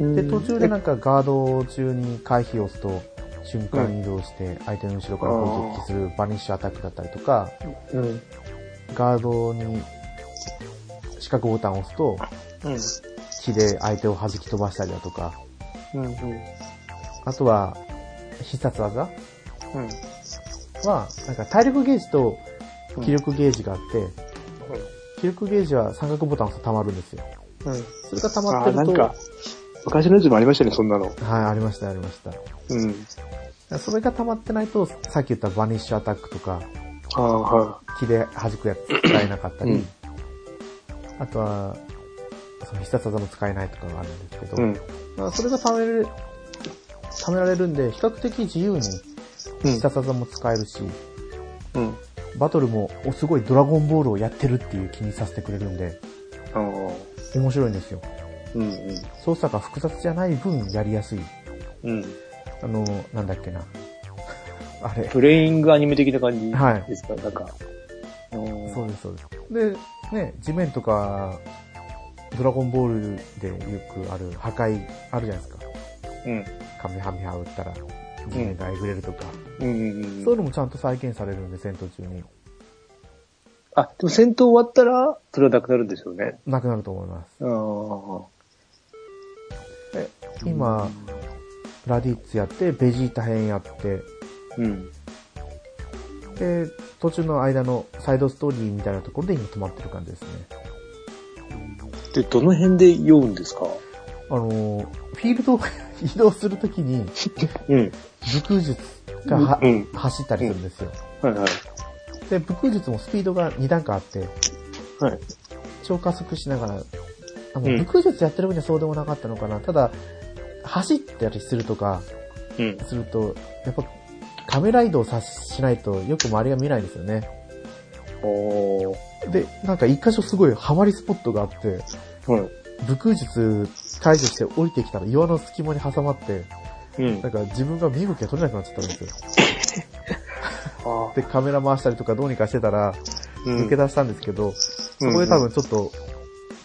S1: で、途中でなんかガード中に回避を押すと、瞬間移動して、相手の後ろから攻撃するバニッシュアタックだったりとか、
S2: えうん。
S1: ガードに、四角ボタンを押すと、
S2: う
S1: 木で相手を弾き飛ばしたりだとか、
S2: ん。うん。うん。
S1: あとは、必殺技
S2: うん。
S1: は、なんか体力ゲージと
S2: うん
S1: 気力ゲージがあって、気力ゲージは三角ボタンを押すと溜まるんですよ。
S2: うん。
S1: それが溜まっ
S2: あ
S1: て
S2: あ、
S1: る
S2: な
S1: と、
S2: んか、昔のやつもありましたね、そんなの。
S1: はい、ありました、ありました。だか
S2: うん。
S1: らそれが溜まってないと、さっき言ったバニッシュアタックとか、
S2: ああ、は
S1: 木で弾くやつ使えなかったり、
S2: うん
S1: あとは、その必殺技も使えないとかがあるんですけど、
S2: い。うん。
S1: まあそれが貯めれる、貯められるんで、比較的自由に
S2: う
S1: 必殺技も使えるし、
S2: ん。うん。
S1: バトルも、お、すごいドラゴンボールをやってるっていう気にさせてくれるんで、
S2: ああ。
S1: 面白いんですよ。
S2: うん。うん。
S1: 操作が複雑じゃない分やりやすい。
S2: うん。
S1: あの、なんだっけな。 あれ。
S2: プレイングアニメ的な感じ
S1: はい
S2: ですか、なんか。うん
S1: そうです、そうです。で、ね、地面とか、ドラゴンボールでよくある破壊、あるじゃないですか。
S2: うん。
S1: カミハミハ打ったら、地面がえぐれるとか。
S2: うんうんうん
S1: そういうのもちゃんと再現されるんで、戦闘中に。
S2: あ、でも戦闘終わったら、それはなくなるんですよね。
S1: なくなると思います。
S2: ああ。
S1: で今、ラディッツやって、ベジータ編やって、
S2: うん。
S1: で、途中の間のサイドストーリーみたいなところで今止まってる感じですね。
S2: で、どの辺で酔うんですか
S1: あのー、フィールドを 移動するとき に、
S2: うん。
S1: 武空術がは、
S2: うん
S1: 走ったりするんですよ。
S2: はいはい。
S1: で、武空術もスピードが2段階あって、
S2: はい。
S1: 超加速しながら、あの、
S2: うん
S1: 武空術やってる分にはそうでもなかったのかな。ただ、走ったりするとか、
S2: うん。
S1: すると、やっぱ、カメラ移動さしないとよく周りが見ないんですよね。
S2: おー。
S1: で、なんか一箇所すごいハマりスポットがあって、
S2: はい。
S1: 武空術解除して降りてきたら岩の隙間に挟まって、
S2: うん。
S1: なんか自分が身動きが取れなくなっちゃったんですよ。
S2: あ
S1: で、カメラ回したりとかどうにかしてたら、
S2: うん
S1: 抜け出したんですけど、そこで多分ちょっと、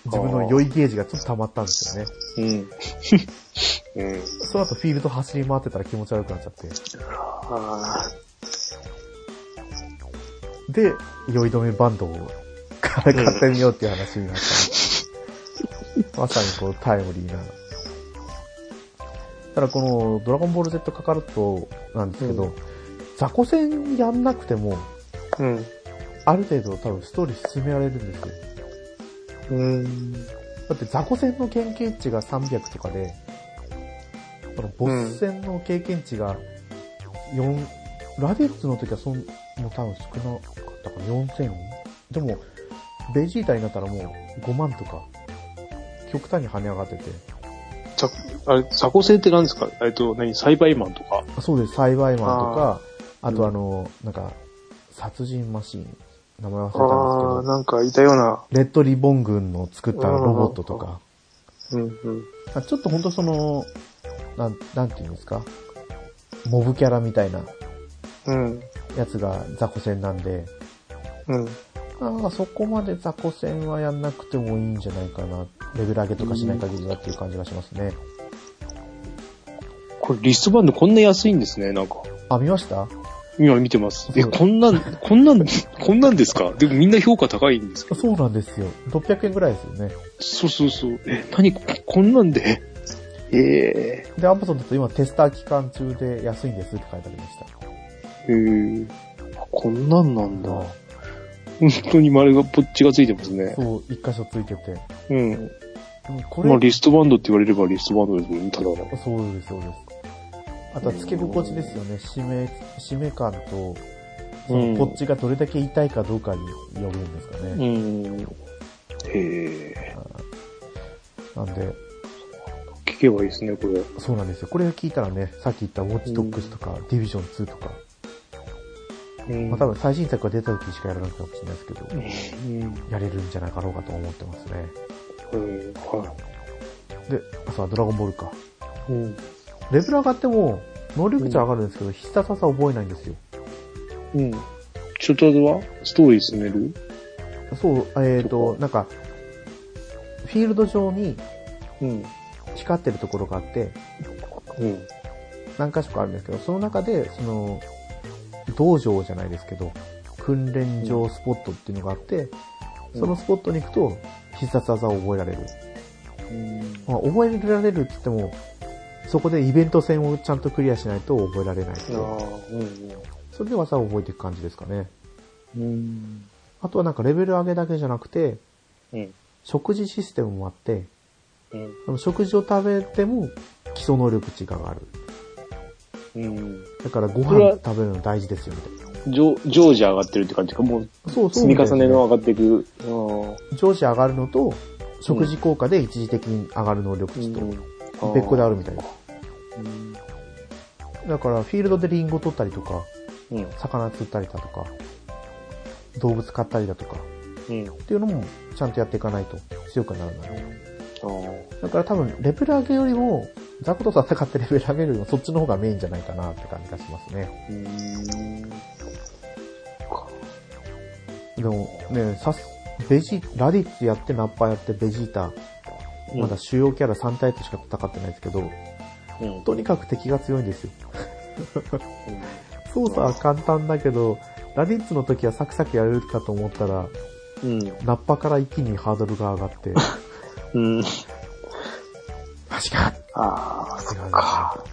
S1: 自分の酔いゲージがちょっと溜まったんですよね。
S2: うん。うん。
S1: その後フィールド走り回ってたら気持ち悪くなっちゃって。
S2: あ
S1: で、酔い止めバンドを 買ってみようっていう話になったんで。まさにこうタイムリーな。ただこのドラゴンボール Z かかるとなんですけど、
S2: うん
S1: 雑魚戦やんなくても、
S2: あ。うん。
S1: ある程度多分ストーリー進められるんですよ。
S2: うん。
S1: だって雑魚戦の経験値が300とかで、このボス戦の経験値が4、ラディッツの時はそん、もう多分少なかったかな、4000? でも、ベジータになったらもう5万とか、極端に跳ね上がってて。
S2: さ、あれ、鎖骨性って何ですかえっと、何栽培マンとか。
S1: あそうです、栽培マンとか、あとあの、なんか、殺人マシーン、名前忘れたん
S2: ああ、
S1: ですけど、
S2: なんかいたような。
S1: レッドリボン軍の作ったロボットとか、
S2: うんうん。
S1: あちょっとほんとその、なん、なんていうんですか、モブキャラみたいな
S2: うん。
S1: やつが雑魚戦なんで、
S2: うん。
S1: なんかそこまで雑魚戦はやんなくてもいいんじゃないかな。レベル上げとかしない限りはっていう感じがしますね。
S2: これリストバンドこんな安いんですね、なんか。
S1: あ、見ました
S2: 今見てます。え、
S1: そう
S2: こんなん、こんなん、こんなんですかでもみんな評価高いんですけど。
S1: そうなんですよ。600円ぐらいですよね。
S2: そうそうそう。え、何ここんなんでえ
S1: で、アマゾンだと今テスター期間中で安いんですって書いてありました。
S2: ー、えー、こんなんなんだ。
S1: あ
S2: 本当に丸がぽっちがついてますね。
S1: そう、一箇所ついてて。
S2: う
S1: う
S2: ん。
S1: んこ
S2: まあ
S1: れ、
S2: リストバンドって言われればリストバンドですもんね、ただの。
S1: そうです、そうです。あとは付け心地ですよね。締め、締め感と、そのこっちがどれだけ痛いかどうかによるんですか
S2: う
S1: ね。
S2: ん。へえ。
S1: なんで、
S2: 聞けばいいですね、これ。
S1: そうなんですよ。これを聞いたらね、さっき言ったウォッチドックスとか、ディビジョン2とか、
S2: うん
S1: まあ多分最新作が出た時しかやらないかもしれないですけど、
S2: うん。
S1: やれるんじゃなかろうかと思ってますね。
S2: うん。は
S1: で、あ、そうだ、ドラゴンボールか。
S2: い。うん。
S1: レベル上がっても、能力値は上がるんですけど、必殺技覚えないんですよ。
S2: うん。ショートアドはストーリー進める
S1: そう、えっ、と、なんか、フィールド上に
S2: うん。
S1: 光ってるところがあって、
S2: うん。
S1: 何箇所かあるんですけど、その中で、その、道場じゃないですけど、訓練場スポットっていうのがあって、
S2: うん
S1: そのスポットに行くと、必殺技を覚えられる。
S2: うん
S1: まあ、覚えられるって言っても、そこでイベント戦をちゃんとクリアしないと覚えられない
S2: あ
S1: ので、
S2: ーうん
S1: それで技を覚えていく感じですかね。
S2: うん。
S1: あとはなんかレベル上げだけじゃなくて、
S2: うん。
S1: 食事システムもあって、
S2: うん。
S1: あの食事を食べても基礎能力値が上がる。
S2: うん。
S1: だからご
S2: それ
S1: 飯
S2: は
S1: 食べるの大事ですよ、みたいな。
S2: 常常時上がってるって感じか。もう、
S1: そうそう
S2: 積
S1: み
S2: み
S1: たいです
S2: 重
S1: ね。
S2: ねの上がっていく。あー
S1: 上司上がるのと、食事効果で一時的に上がる能力値と、別個であるみたいです。
S2: うん。
S1: だから、フィールドでリンゴ取ったりとか、
S2: うん。
S1: 魚釣ったりだとか、動物飼ったりだとか、
S2: うん。あ
S1: っていうのもちゃんとやっていかないと強くならない。
S2: ー
S1: だから多分、レベル上げよりも、ザコと戦ってレベル上げるよりもそっちの方がメインじゃないかなって感じがしますね。
S2: うん。
S1: でもね、さす、ベジ、ラディッツやってナッパやってベジータ、まだ主要キャラ3タイプしか戦ってないですけど、
S2: うん。
S1: とにかく敵が強いんですよ。操作は簡単だけど、ラディッツの時はサクサクやれるかと思ったら、
S2: うん。
S1: ナッパから一気にハードルが上がって、
S2: うん。
S1: マジか
S2: ああ、
S1: そ
S2: そ
S1: っか
S2: っか。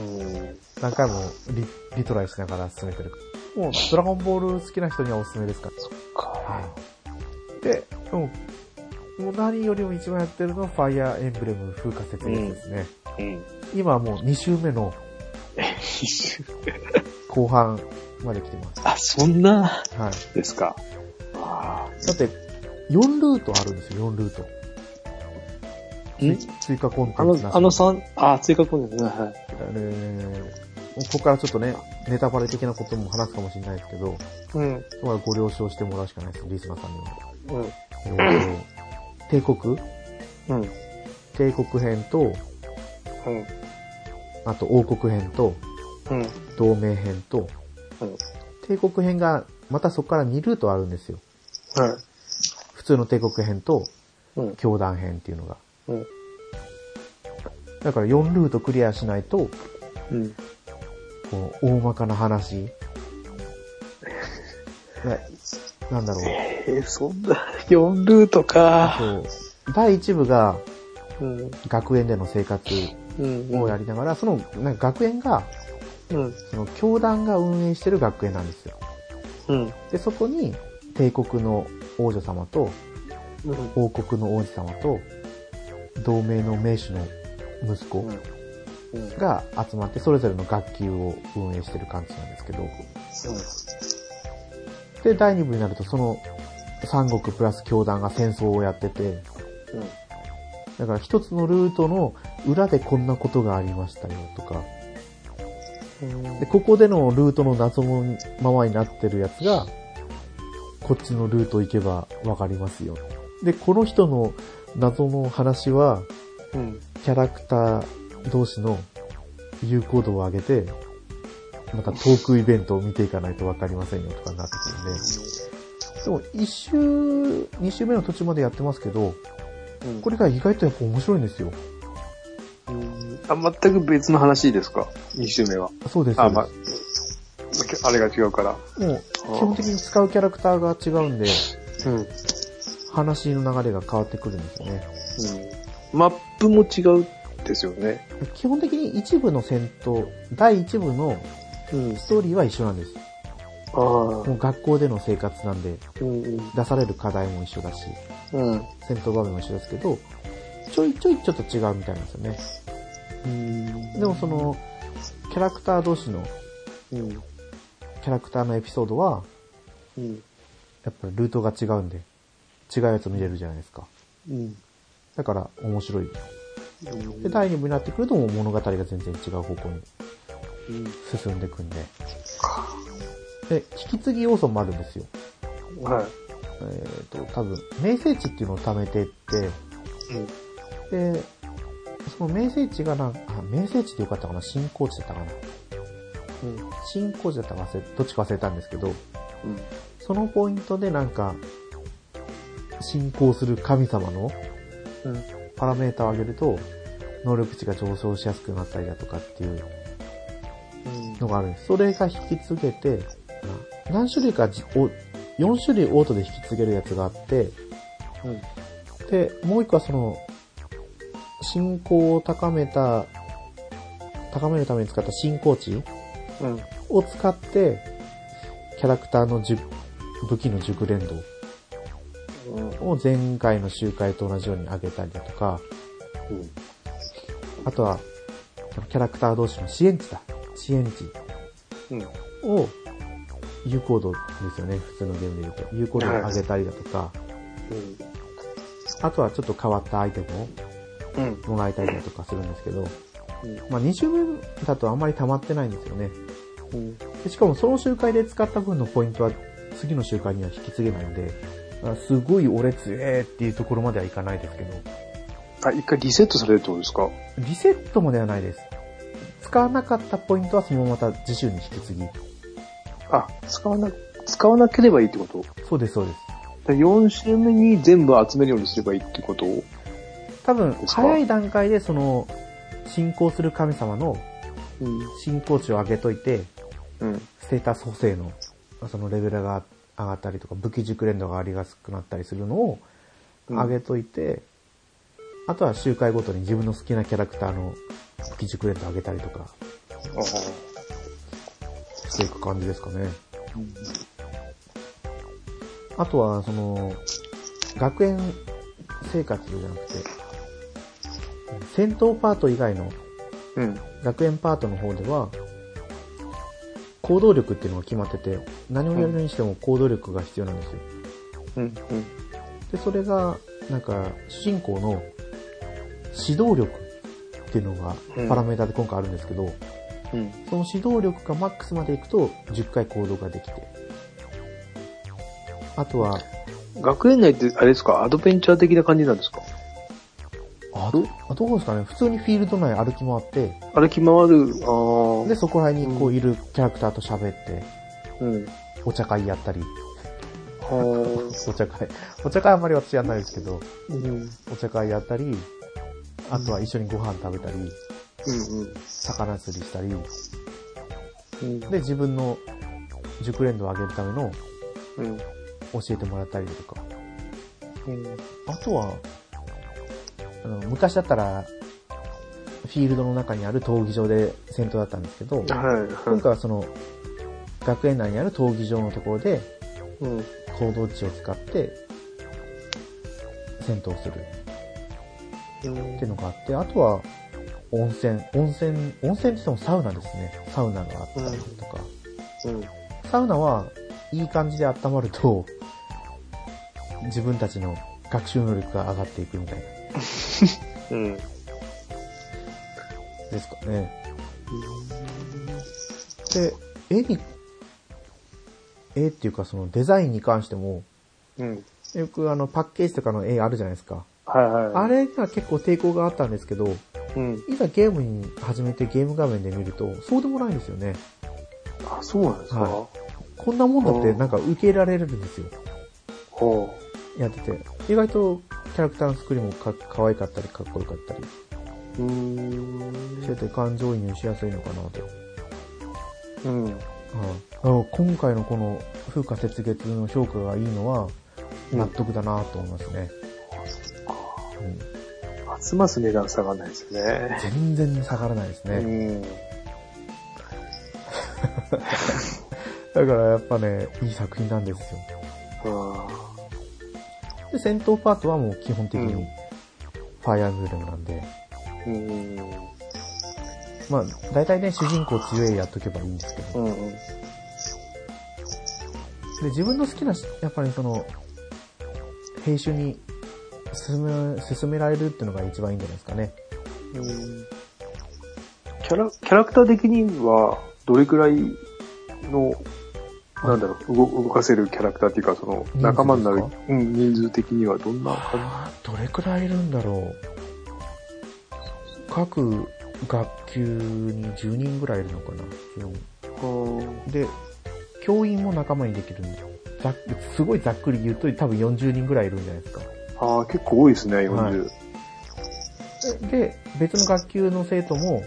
S2: うん。
S1: 何回もリリトライしながら進めてる。もう、ドラゴンボール好きな人にはおすすめですから。
S2: か。
S1: で、うん。もう何よりも一番やってるのは、ファイアーエンブレム風化説明ですね。
S2: うん。
S1: 今はもう2周目 の後半まで来てます。
S2: あ、そんな
S1: はい。
S2: ですか。あ
S1: だって、4ルートあるんですよ、4ルート。
S2: ん
S1: 追追加コンテ
S2: あ
S1: ンツな
S2: の、
S1: し
S2: あの3、あ、追加コンテンツね。はい。
S1: えーここからちょっとね、ネタバレ的なことも話すかもしれないですけど、
S2: うん。
S1: まあご了承してもらうしかないです、リスナーさんには。
S2: うん。
S1: えー帝国
S2: うん。
S1: 帝国編と、
S2: うん。
S1: あと王国編と、
S2: うん。
S1: 同盟編と、
S2: うん。
S1: 帝国編が、またそこから2ルートあるんですよ。
S2: はい。
S1: 普通の帝国編と、
S2: うん。
S1: 教団編っていうのが。
S2: うん。
S1: だから4ルートクリアしないと、
S2: うん。
S1: こう、大まかな話。ねなんだろう。
S2: えー、そんな、4ルートか。
S1: そう。第1部が、
S2: うん。
S1: 学園での生活
S2: うん。
S1: をやりながら、その、なんか学園が、
S2: うん。
S1: その教団が運営してる学園なんですよ。
S2: うん。
S1: で、そこに、帝国の王女様と、
S2: うん。
S1: 王国の王子様と、同盟の名手の息子
S2: うん。
S1: が集まって、それぞれの学級を運営してる感じなんですけど、で、第2部になると、その、三国プラス教団が戦争をやってて、だから一つのルートの裏でこんなことがありましたよとか、
S2: うん。
S1: で、ここでのルートの謎のままになってるやつが、こっちのルート行けばわかりますよ。で、この人の謎の話は、
S2: うん。
S1: キャラクター同士の有効度を上げて、またトークイベントを見ていかないとわかりませんよとかになってくるんで、でも一周、二周目の途中までやってますけど、
S2: うん。
S1: これが意外とやっぱ面白いんですよ。
S2: うんあ、全く別の話ですか ?2 周目は。
S1: そうです。
S2: あ、
S1: そう
S2: まあ
S1: で、
S2: あれが違うから。
S1: すもう基本的に使うキャラクターが違うんで、
S2: うん。う
S1: 話の流れが変わってくるんですよね。
S2: ん。マップも違うですよね。
S1: 基本的に一部の戦闘、第一部の
S2: うん。
S1: ストーリーは一緒なんです。
S2: ああ。
S1: もう学校での生活なんで、
S2: うんうん。
S1: 出される課題も一緒だし、
S2: うん。
S1: 戦闘場面も一緒ですけど、ちょいちょいちょっと違うみたいなんですよね。でもそ、の、キャラクター同士の、
S2: うん。
S1: キャラクターのエピソードは、
S2: うん。
S1: やっぱりルートが違うんで、違うやつ見れるじゃないですか。
S2: うん。
S1: だから面白い。
S2: うん
S1: で、第2部になってくるともう物語が全然違う方向に
S2: うん。
S1: 進んでいくんで。で、引き継ぎ要素もあるんですよ。
S2: は
S1: えっ、と、多分、名声値っていうのを貯めてって、
S2: い。うん。
S1: で、その名声値がなんか、あ名声値でよかったかな進行値だったかな
S2: うん。
S1: 新工事だったか忘れ、どっちか忘れたんですけど、
S2: うん。
S1: そのポイントでなんか、信仰する神様の
S2: うん。
S1: パラメータを上げると、能力値が上昇しやすくなったりだとかっていうのがあるんです。それが引き継げて、な何種類かじお、4種類オートで引き継げるやつがあって、
S2: うん。
S1: で、もう一個はその、信仰を高めた、高めるために使った信仰値
S2: うん。
S1: を使って、キャラクターのじゅ武器の熟練度
S2: うん。
S1: を前回の集会と同じように上げたりだとか、
S2: うん。
S1: あとは、そのキャラクター同士の支援値だ。支援値
S2: うん。
S1: を、有効度ですよね、普通のゲームで言うと。有効度を上げたりだとか、あとはちょっと変わったアイテム
S2: うん。
S1: をもらえたりだとかするんですけど、
S2: うん。
S1: まあ2周目だとあんまり溜まってないんですよね。
S2: うん。
S1: でしかもその集会で使った分のポイントは次の集会には引き継げないので、あすごい俺強えっていうところまではいかないですけど、
S2: あ、一回リセットされるってことですか
S1: リセットもではないです。使わなかったポイントはそのままた次週に引き継ぎ。
S2: あ、使わな、使わなければいいってこと
S1: そうです、そうです。
S2: で ?4 週目に全部集めるようにすればいいってこと
S1: 多分、
S2: ですか
S1: 早い段階でその、信仰する神様の
S2: うん。
S1: 信仰値を上げといて、
S2: うん。
S1: ステータス補正の、そのレベルが上がったりとか、武器熟練度が上がりやすくなったりするのを上げといて、あとは周回ごとに自分の好きなキャラクターの武器熟練度上げたりとか
S2: ああ。
S1: していく感じですかね。あとは、その、学園生活じゃなくて、戦闘パート以外の
S2: うん。
S1: 学園パートの方では、行動力っていうのが決まってて、何をやるにしても行動力が必要なんですよ。
S2: うん。うん。
S1: で、それが、なんか、主人公の指導力っていうのが
S2: うん
S1: パラメータで今回あるんですけど、
S2: うん。
S1: その指導力がマックスまでいくと10回行動ができて。あとは、
S2: 学園内って、あれですかアドベンチャー的な感じなんですか
S1: あどあどうですかね普通にフィールド内歩き回って、
S2: 歩き回る、ああ。
S1: で、そこら辺にこういるキャラクターと喋って、
S2: うん。
S1: お茶会やったり、
S2: ああ。
S1: お茶会、お茶会あんまり私やんないですけど、
S2: うん。うん。
S1: お茶会やったり、あとは一緒にご飯食べたり、
S2: うん。
S1: 魚釣りしたり、
S2: うん。
S1: で、自分の熟練度を上げるための
S2: うん。
S1: 教えてもらったりだとか。
S2: うん。
S1: あとは、あの、昔だったら、フィールドの中にある闘技場で戦闘だったんですけど、今
S2: はい。はい
S1: 回はその、学園内にある闘技場のところで、
S2: うん。
S1: 行動値を使って、戦闘するっ
S2: うん
S1: ていうのがあって、あとは、温泉、温泉、温泉って言ってもサウナですね。サウナがあったりだとか。
S2: うん。
S1: サウナは、いい感じで温まると、自分たちの学習能力が上がっていくみたいな。
S2: うん。
S1: ですかね。で、絵に、絵っていうかそのデザインに関しても、
S2: うん。
S1: よくあのパッケージとかの絵あるじゃないですか。
S2: はいはい。
S1: あれが結構抵抗があったんですけど、
S2: うん。
S1: いざゲームに始めてゲーム画面で見ると、そうでもないんですよね。
S2: あ、そうなんですか
S1: は
S2: は
S1: こんなもんだって
S2: うん
S1: なんか受け入れられるんですよ。
S2: あ。
S1: やってて。意外とキャラクターの作りもか可愛かったりかっこよかったり
S2: うーん
S1: してて感情移入しやすいのかなと。
S2: うん。
S1: あの今回のこの風化雪月の評価がいいのは
S2: うん
S1: 納得だなと思いますね、うん
S2: ますます値段下がらないですね。
S1: 全然下がらないです
S2: う
S1: ね、
S2: ん。
S1: だからやっぱねいい作品なんですよ
S2: あ
S1: で戦闘パートはもう基本的
S2: う
S1: に
S2: ん
S1: ファイアームブレムなんで、
S2: ーうん。
S1: まあ大体ね主人公強いやっとけばいいんですけ
S2: う
S1: ど、
S2: ん。うん。
S1: で自分の好きなやっぱりその兵種に進め進められるっていうのが一番いいんじゃないですかね
S2: キャラ、キャラクター的には、どれくらいの、なんだろう、動動かせるキャラクターっていうか、その、
S1: 数
S2: 仲間になる
S1: です、
S2: うん、人数的にはどんな感
S1: あーどれくらいいるんだろう各学級に10人ぐらいいるのかな
S2: うん。
S1: で、教員も仲間にできるんで、ざっすごいざっくり言うと多分40人ぐらいいるんじゃないですか。
S2: ああ、結構多いですね、40。
S1: はいで、別の学級の生徒も、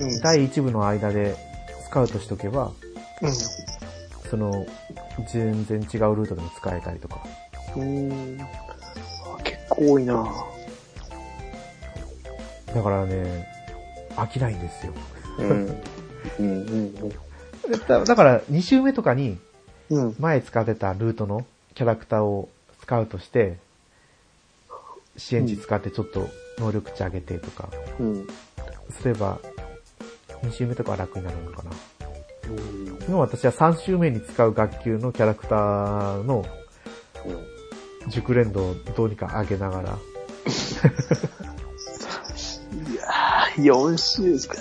S2: うん
S1: 第1部の間でスカウトしとけば、その、全然違うルートでも使えたりとか。
S2: うん。あ結構多いな
S1: だからね、飽きないんですよ。
S2: うん。うん、うん、
S1: だだから、2週目とかに、
S2: うん。
S1: 前使ってたルートのキャラクターをスカウトして、支援値使ってちょっと能力値上げてとか、
S2: うん。
S1: すれば、2週目とかは楽になるのかな。
S2: うん。
S1: 今私は3週目に使う学級のキャラクターの熟練度をどうにか上げながら、
S2: 4週ですか。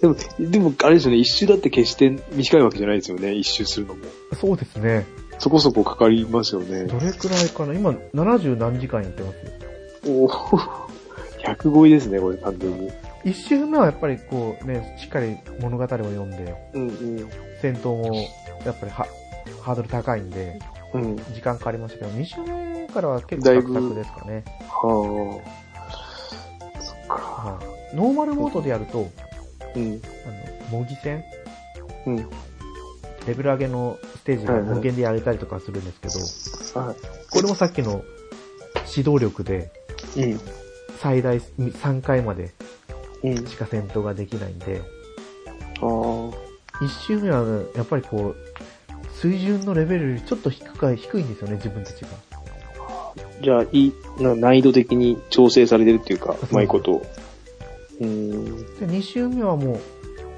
S2: でも、でも、あれですよね、一周だって決して短いわけじゃないですよね、一周するのも。
S1: そうですね。
S2: そこそこかかりますよね。
S1: どれくらいかな今、70何時間やってますよ。
S2: おお100超えですね、これ、完全に。
S1: 1周目はやっぱりこうね、しっかり物語を読んで、
S2: うん、うん。
S1: 戦闘もやっぱりはハードル高いんで、
S2: うん。
S1: 時間かかりましたけど、2周目からは結構
S2: だい
S1: サ
S2: ぶ
S1: クサクですかね。
S2: はあ。そっか。
S1: はい。ノーマルモードでやると、
S2: うん。
S1: あの、模擬戦
S2: うん。
S1: レベル上げのステージが
S2: はいはい
S1: 無限でやれたりとかするんですけど、
S2: は
S1: これもさっきの指導力で
S2: い。うん。
S1: 最大3回まで
S2: うん。
S1: しか戦闘ができないんで、
S2: ああ。
S1: 1周目はねやっぱりこう、水準のレベルよりちょっと低か低いんですよね、自分たちが。
S2: じゃあ、いい、な難易度的に調整されてるっていうか、うまいこと。うーん。
S1: で、2周目はも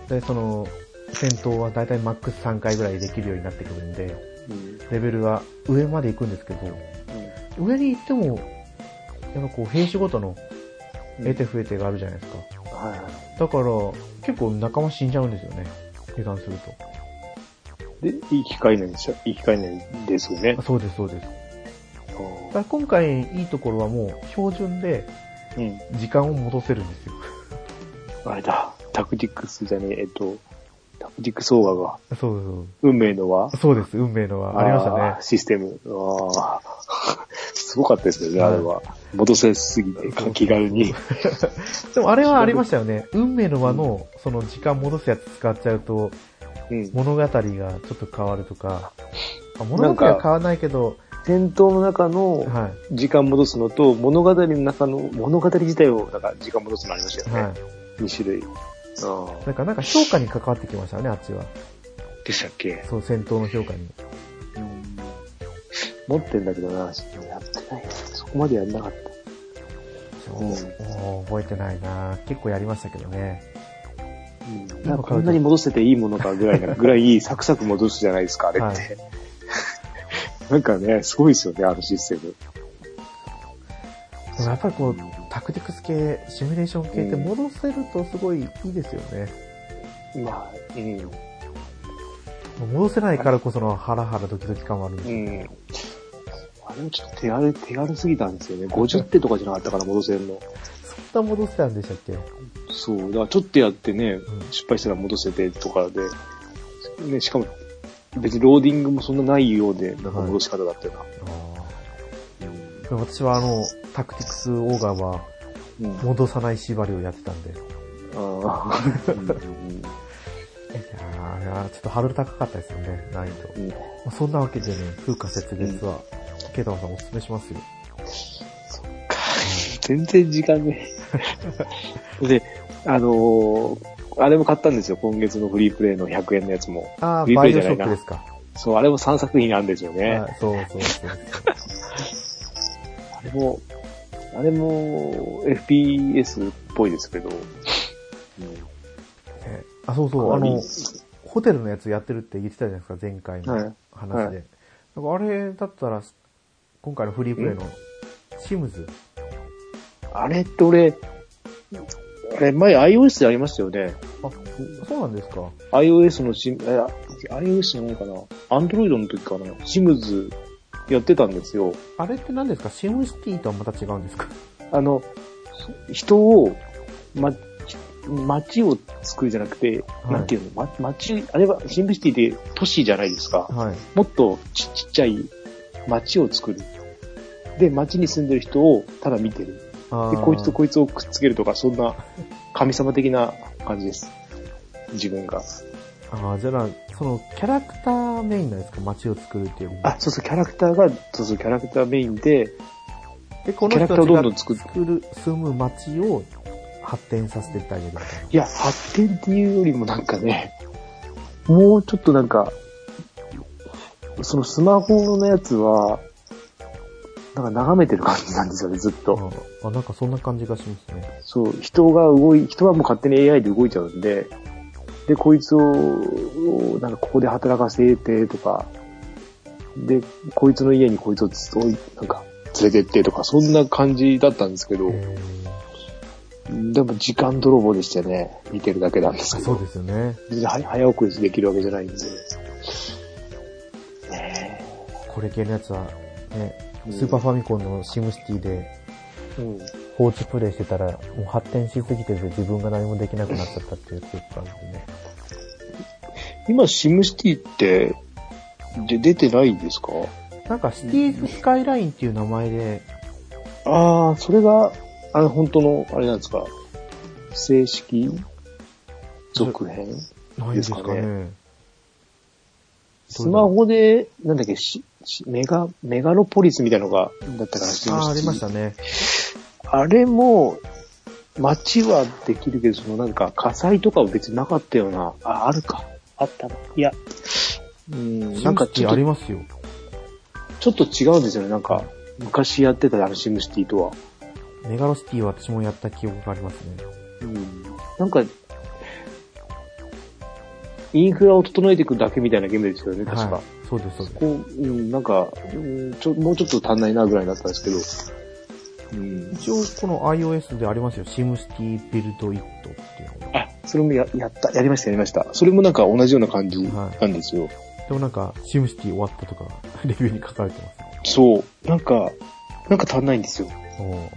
S1: う、で、その、戦闘はだいたいマックス3回ぐらいできるようになってくるんで、
S2: うん。
S1: レベルは上まで行くんですけど、上に行っても、やっぱこう、兵種ごとの得手増え手があるじゃないですか。
S2: は
S1: だから、結構仲間死んじゃうんですよね。油断すると。
S2: い。で、いい機会なんでしょいい機会なんですよね
S1: あ。そうです、そうです。だか
S2: あ
S1: ら今回いいところはもう、標準で
S2: ーうん。
S1: 時間を戻せるんですよ。
S2: あれだ。タクティックスじゃねえ、えっと、タクティック総合が、
S1: そうそう
S2: 運命のは
S1: そう。そうです、運命のは。ありましたね
S2: ー。システム。ああ。 すごかったですよね、あれは。戻せすぎて、気軽に。
S1: でもあれはありましたよね。運命の輪の、その時間戻すやつ使っちゃうと、
S2: うん。
S1: 物語がちょっと変わるとか、あ物
S2: な
S1: 語
S2: んか
S1: は変わらないけど、
S2: 戦闘の中の
S1: は
S2: 時間戻すのと、物語の中の、物語自体を、なんか時間戻すのありました
S1: い、
S2: よね。
S1: は
S2: 2種類。
S1: い。なんか、なんか評価に関わってきましたね、あっちは。
S2: でしたっけ
S1: そう、戦闘の評価に。
S2: 持ってんだけどな、でもやってない。そこまでやんなかった。
S1: そう
S2: うん
S1: もう覚えてないな結構やりましたけどね。
S2: なんかこんなに戻せていいものかぐらい な、ぐらいサクサク戻すじゃないですか、あれって。
S1: はい
S2: なんかね、すごいですよね、あのシステム。
S1: でもやっぱりこう、タクティクス系、シミュレーション系って戻せるとすごいいいですよね。
S2: まあ、うん。
S1: 戻せないからこそのハラハラドキドキ感はあるんです
S2: う
S1: よ
S2: ん。あれもちょっと手軽、手軽すぎたんですよね。50手とかじゃなかったから戻せんの。
S1: そんな戻せたんでしたっけ
S2: そう。だからちょっとやってね
S1: ん、
S2: 失敗したら戻せてとかで、ね、しかも、別にローディングもそんなないようで、なんか戻し方だったよな。
S1: でも私はあの、タクティクスオーガーは
S2: うん。うん
S1: 戻さない縛りをやってたんで。い
S2: あーうん
S1: やーあれはちょっとハードル高かったですよね、難易度。
S2: うん
S1: まあ、そんなわけでね、風化節月は、ケイタマンさんおすすめしますよ。
S2: 全然時 間ね。で、あのーあれも買ったんですよ。今月のフリープレイの100円のやつも。
S1: あ
S2: リ
S1: ー、
S2: プ
S1: バ
S2: レイ
S1: イ
S2: じ
S1: オ
S2: ゃ
S1: シ
S2: な
S1: ョ
S2: い
S1: ックで
S2: な
S1: すか。
S2: そう、あれも3作品なんですよね。
S1: あそうそう そうそう。
S2: あれも、あれも FPS っぽいですけど、
S1: ねあ、そうそう、あ
S2: かなり
S1: の、ホテルのやつやってるって言ってたじゃないですか、前回
S2: はい
S1: の話で。
S2: はい
S1: なんかあれだったら、今回のフリープレイの、シムズ。
S2: あれって俺、あれ前 iOS でありましたよね。
S1: あ、そうなんですか。
S2: iOS のシム、え、iOS じゃないかな。Android の時かな。シムズやってたんですよ。
S1: あれって何ですかシムシティとはまた違うんですか
S2: あの、人を、ま、街を作るじゃなくて、
S1: はい
S2: なんていうの、ま、街、あれはシンビシティで都市じゃないですか。
S1: はい。
S2: もっとちちっちゃい街を作る。で、街に住んでる人をただ見てる。
S1: あ
S2: で、
S1: ー
S2: こいつとこいつをくっつけるとか、そんな神様的な感じです。自分が。
S1: ああ、じゃあ、その、キャラクターメインなんですか街を作るっていうのは
S2: あ、そうそう、キャラクターが、そうそう、キャラクターメインで、
S1: で、この
S2: キャ
S1: 人た
S2: ラクター
S1: ち
S2: をどんどん
S1: が
S2: 作る
S1: 作る、住む街を発展させてってあげるみたいない
S2: や、発展っていうよりもなんかね、もうちょっとなんか、そのスマホのやつは、なんか眺めてる感じなんですよね、ずっと。
S1: あーあ、なんかそんな感じがしますね。
S2: そう、人が動い、人はもう勝手に AI で動いちゃうんで、で、こいつを、なんかここで働かせてとか、で、こいつの家にこいつをつおいなんか連れてってとか、そんな感じだったんですけ
S1: え
S2: ど、
S1: ー
S2: でも時間泥棒でしたね、見てるだけなんです
S1: あ
S2: け
S1: そ
S2: ど
S1: う。ですよね。
S2: 別には早送りできるわけじゃないんで。ね
S1: これ系のやつは、ね、
S2: え
S1: スーパーファミコンのシムシティで
S2: うん。
S1: 放置プレイしてたら、もう発展しすぎてて自分が何もできなくなっちゃったっていう結果なんでね。
S2: 今、シムシティって、で、出てないんですか
S1: なんか、シティーズスカイラインっていう名前で、
S2: ああ、それが、あれ、本当の、あれなんですか正式続編
S1: ないんですか
S2: ですか
S1: ね。
S2: スマホで、なんだっけ、ししメガ、メガロポリスみたいなのが、だったからシ
S1: あ
S2: ムシティ
S1: あ、ありましたね。
S2: あれも、街はできるけど、そのなんか火災とかは別になかったような。あ、あるか。あったな。いや。うん、
S1: シ
S2: なん
S1: ム
S2: か
S1: シ
S2: ち
S1: ティ
S2: ょ
S1: あ
S2: っ
S1: り
S2: と
S1: ますよ。
S2: ちょっと違うんですよね。なんか、昔やってたあのシムシティとは。
S1: メガロシティは私もやった記憶がありますね。
S2: うん。なんか、インフラを整えていくだけみたいなゲームですよね、確か。
S1: はい。そうです、そうです。
S2: こう、うん、なんか、うんちょ、もうちょっと足んないなぐらいだったんですけど。うん。
S1: 一応、この iOS でありますよ。シムシティビルドイットっていうのが。
S2: あ、それもや、やった、やりました、やりました。それもなんか同じような感じな
S1: はい
S2: んですよ。
S1: でもなんか、シムシティ終わったとか、レビューに書かれてます
S2: そう。なんか、なんか足んないんですよ。
S1: ね。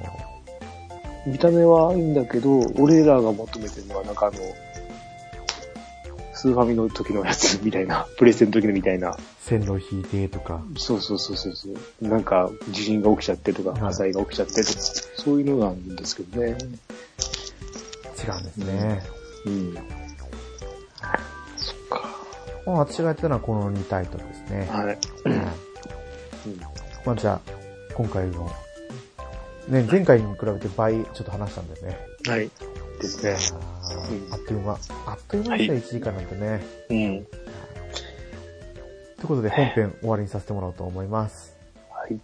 S2: 見た目はいいんだけど、俺らが求めてるのは、なんかあの、スーファミの時のやつみたいな、 プレステの時のみたいな、
S1: 線路引いてとか。
S2: そうそうそうそうそう、なんか地震が起きちゃってとか、
S1: はい
S2: 火災が起きちゃってとか、そういうのなんですけどね。
S1: 違うんですね。
S2: うん。そっか。
S1: まあ、私がやってたのはこの2タイトルですね。
S2: はい。
S1: はい
S2: うん
S1: まあじゃあ、今回の、ね、前回に比べて倍ちょっと話したんだよね。
S2: はい。ですね。
S1: あー
S2: うん
S1: あっという間。あっという間ですよ、1時間なんてね。
S2: うん。
S1: ということで本編終わりにさせてもらおうと思います。
S2: はい。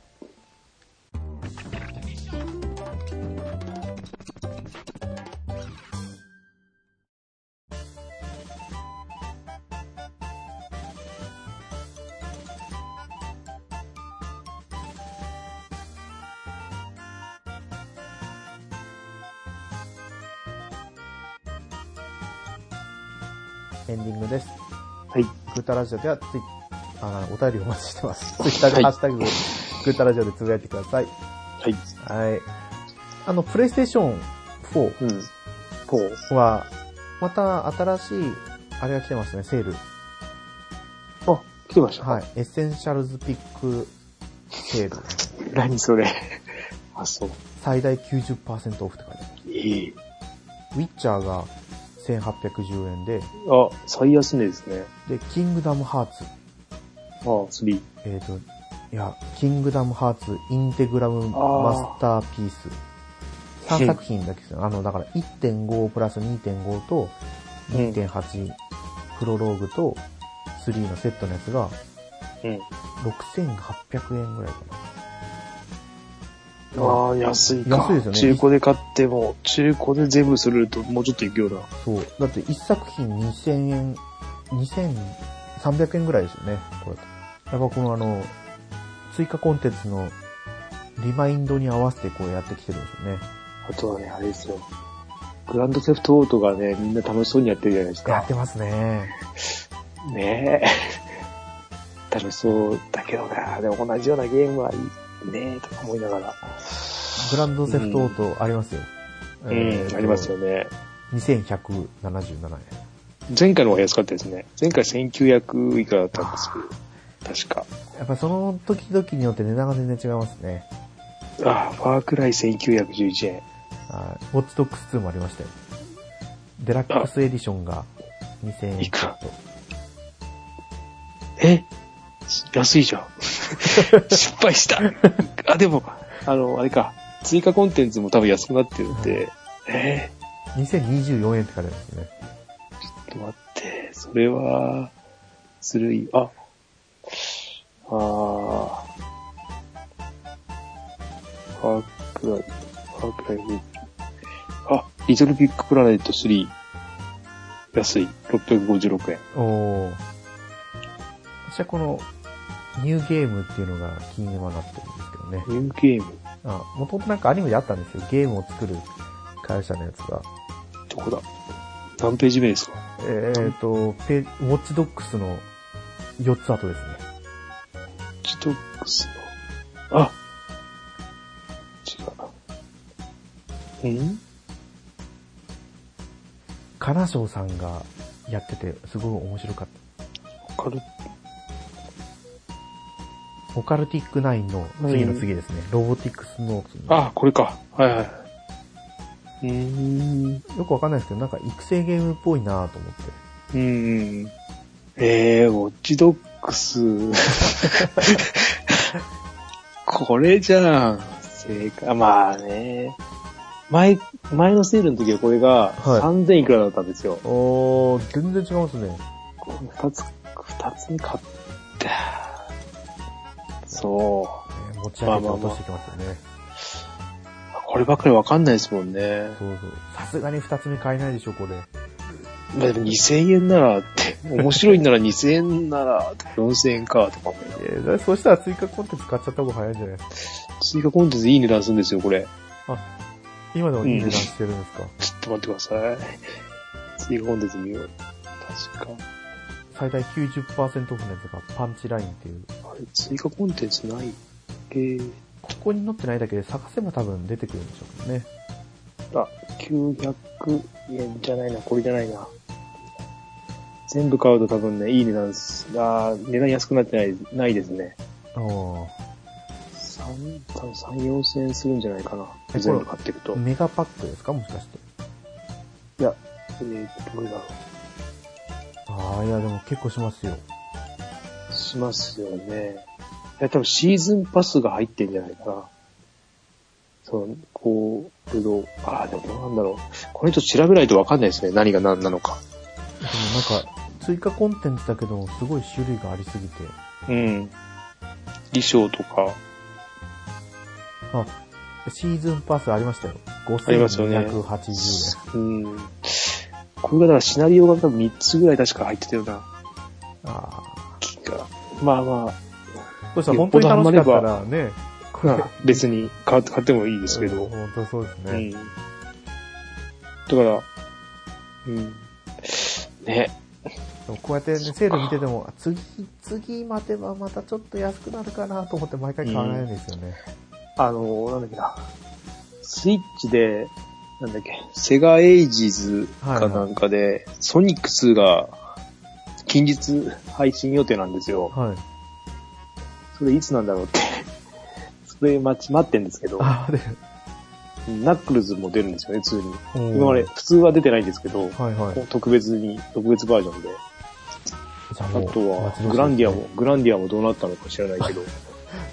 S1: エンディングです。
S2: はい。
S1: グータラジオではツイあお便りお待ちしてます。 ツイッター
S2: は
S1: で
S2: い
S1: ハッシュタグ、グータラジオでつぶやいてください。
S2: はい。
S1: はい。あの、プレイステーション4
S2: うん。こう。
S1: は、また新しい、あれが来てますね、セール。
S2: あ、来てました。
S1: はい。。エッセンシャルズピックセール。
S2: 何それ。 あ、そう。
S1: 最大90%オフって書いてある。
S2: いい。
S1: ウィッチャーが1810円で、
S2: あ、最安値ですね。
S1: で、キングダムハーツ。
S2: あ、3。
S1: えっ、と、いや、キングダムハーツインテグラムマスターピース。
S2: ー
S1: 3作品だけですよ。あの、だから1.5プラス2.5と
S2: うん
S1: 2.8プロローグと3のセットのやつが
S2: うん。
S1: 6800円ぐらいかな。
S2: ああ、安いか。
S1: 安いですよね
S2: 中古で買っても、中古で全部するともうちょっといくような。
S1: そう。だって1作品2000円、2300円ぐらいですよね。これ。やっぱこのあの、追加コンテンツのリマインドに合わせてこうやってきてるんですよね。
S2: あとはね、あれですよ。グランドセフトオートがね、みんな楽しそうにやってるじゃないです
S1: や
S2: か
S1: っ。てますね。
S2: ねえ。 楽しそうだけどな。でも同じようなゲームはいいねえ、とか思いながら。
S1: グランドセフトオートありますよ。
S2: うん、ありますよね。
S1: 2177円。
S2: 前回の方が安かったですね。前回1900以下だったんですけど、確
S1: やっぱその時々によって値段が全然違いますね。
S2: か。ああ、ファークライ1911円。
S1: あーウォッチドックス2もありましたよ。デラックスエディションが2000円
S2: いくら
S1: ちょっ
S2: え安いじゃん。失敗した。あ、でも、あの、あれか、追加コンテンツも多分安くなってるんで、え
S1: と2024円って書いてありますね。
S2: ー、ちょっと待って、それは、ずるい。あ、あー。ファークライ、ファークライにあ、リトルビッグプラネット3。安い。656円。
S1: おー。私はこの、ニューゲームっていうのが気にはなってるんですけどね。
S2: ニューゲーム、
S1: あ、もともとなんかアニメであったんですよ。ゲームを作る会社のやつが。
S2: どこだ何ページ目ですか
S1: えっ、ー、と、ペウォッチドックスの4つ後ですね。
S2: チトックスの、あ違うな。ん
S1: 金賞さんがやってて、すごい面白かった。
S2: わかる
S1: オカルティック9の次の次ですね。ロボティックスノーツの。
S2: あ、これか。はいはい。うーん。
S1: よくわかんないですけど、なんか育成ゲームっぽいなと思って。
S2: うん。えー、ウォッチドックス。 これじゃん。正解。まあね。前、前のセールの時はこれ
S1: は
S2: が
S1: い
S2: 3000いくらだったんですよ。
S1: おー、全然違いますね。
S2: こう二つ、二つに買って、そう。
S1: ね持ち上げて落としてきますよね。
S2: こればっかりわかんないですもんね。
S1: そうそう。さすがに2つ目買えないでしょ、これ。
S2: まあ、でも2000円ならって、面白いなら2000円なら4000円かとか思う。
S1: えー、そうしたら追加コンテンツ買っちゃった方が早いんじゃないですか。
S2: 追加コンテンツいい値段するんですよ、これ。
S1: 今でもいい値段してるんですか。
S2: ちょっと待ってください。追加コンテンツ見よう。確か。
S1: 最大90%オフのやつがパンチラインっていう。
S2: あれ、追加コンテンツないえー、
S1: ここに載ってないだけで探せば多分出てくるんでしょうけどね。
S2: あ、900円じゃないな、これじゃないな。全部買うと多分ね、いい値段です。あー値段安くなってない、ないですね。
S1: あ
S2: 3、多分3、4000円するんじゃないかな。
S1: え
S2: 全部買っていくと
S1: あ。。メガパックですかもしかして。
S2: いや、えー、どれだろ
S1: ああ、いやでも結構しますよ。
S2: う。しますよね。いや、多分シーズンパスが入ってんじゃないかな。そう、こう、けど、ああ、でもどうなんだろう。これちょっと調べないとわかんないですね。何が何なのか。
S1: でもなんか、追加コンテンツだけどもすごい種類がありすぎて。
S2: うん。衣装とか。
S1: あ、シーズンパスありましたよ。
S2: ありますよね
S1: 5280円。
S2: うん。これがだからシナリオが多分3つぐらい確か入ってたような
S1: あ
S2: 気が。まあま
S1: あ。そうしたら本当に楽しかったらね。
S2: あ、まあ別に買買ってもいいですけど。
S1: うん本当そうですね。
S2: うん。だから、うん。ね。
S1: でもこうやって、ね、セール見てても、あ次、次待てばまたちょっと安くなるかなと思って毎回買わないんですよね。
S2: あのー、なんだっけな。スイッチで、なんだっけ、セガエイジーズかなんかで、ソニック2が、近日配信予定なんですよ。
S1: はい。
S2: それいつなんだろうって。 それ待ち、待ってんですけど、
S1: あ、で、
S2: ナックルズも出るんですよね、2に。今
S1: 今
S2: まで、普通は出てないんですけど、
S1: はいはい。
S2: 特別に、特別バージョンで。
S1: じゃあ
S2: あ
S1: もう
S2: とは
S1: 待ち遠しいですね、
S2: グランディアも、グランディアもどうなったのか知らないけど、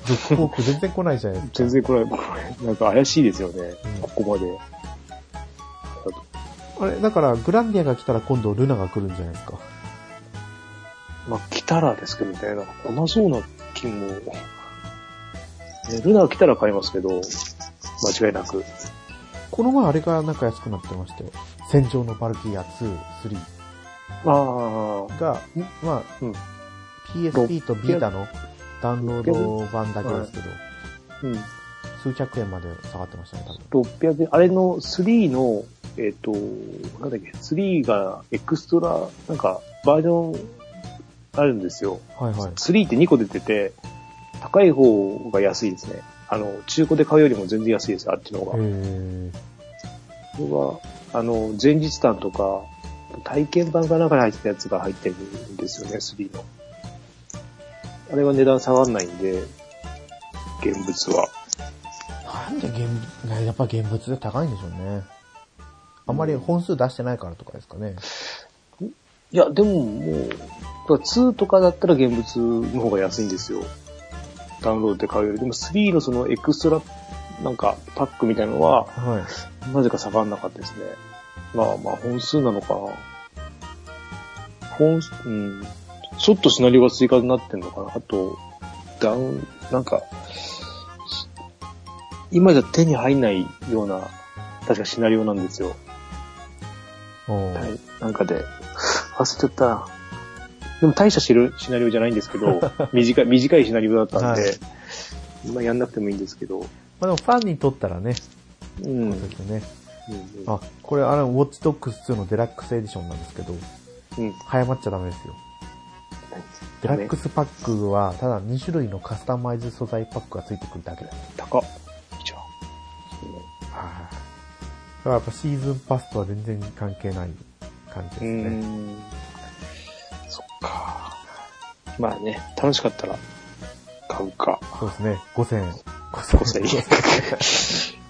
S1: 続報全然来ないじゃないですか。
S2: 全然これ、これ、なんか怪しいですよね
S1: うん。
S2: ここまで。
S1: あれ、だから、グランディアが来たら今度ルナが来るんじゃないですか。
S2: まあ、来たらですけどね、なんか来なそうな気も。ねルナが来たら買いますけど、間違いなく。
S1: この前あれがなんか安くなってまして、戦場のバルキリア2、
S2: あ
S1: 3が、まあ、
S2: うん
S1: PSP とビータのダウンロード版だけですけど、
S2: あ、うん。
S1: 数百円まで下がってましたね、多分。
S2: 600円、あれの3の、えっ、と、なんだっけ、3がエクストラ、なんか、バージョン、あるんですよ。
S1: はいはい。
S2: 3って2個出てて、高い方が安いですね。あの、中古で買うよりも全然安いです、あっちの方が。
S1: え
S2: これは、あの、前日談とか、体験版が中に入ってたやつが入ってるんですよね、3の。あれは値段下がんないんで、現物は。
S1: なんで現物、やっぱ現物で高いんでしょうね。あまり本数出してないからとかですかね。
S2: いや、でももう、2とかだったら現物の方が安いんですよ。ダウンロードで買うより。でも3のそのエクストラ、なんかパックみたいなのは、
S1: はい。
S2: なぜか下がんなかったですね。まあまあ、本数なのかな。本数、うん。ちょっとシナリオが追加になってんのかな。あと、ダウン、なんか、今じゃ手に入んないような、確かシナリオなんですよ。
S1: おー
S2: はい。なんかで、忘れちゃったな。でも大したシルシナリオじゃないんですけど、 短い、短いシナリオだったんで、
S1: はい
S2: まあやんなくてもいいんですけど、
S1: まあでもファンにとったらね、
S2: うん。う
S1: そ
S2: ん
S1: うですよね。
S2: うん
S1: あ、これあれ、ウォッチドックス2のデラックスエディションなんですけど、
S2: うん。
S1: 早まっちゃダメですよ。デラックスパックは、ただ2種類のカスタマイズ素材パックが付いてくるだけです。
S2: 高っ。じゃあ
S1: はい。だからやっぱシーズンパスとは全然関係ない感じです
S2: う
S1: ね。
S2: ん。そっか。まあね、楽しかったら買うか。
S1: そうですね。5000円。5000
S2: 5000円。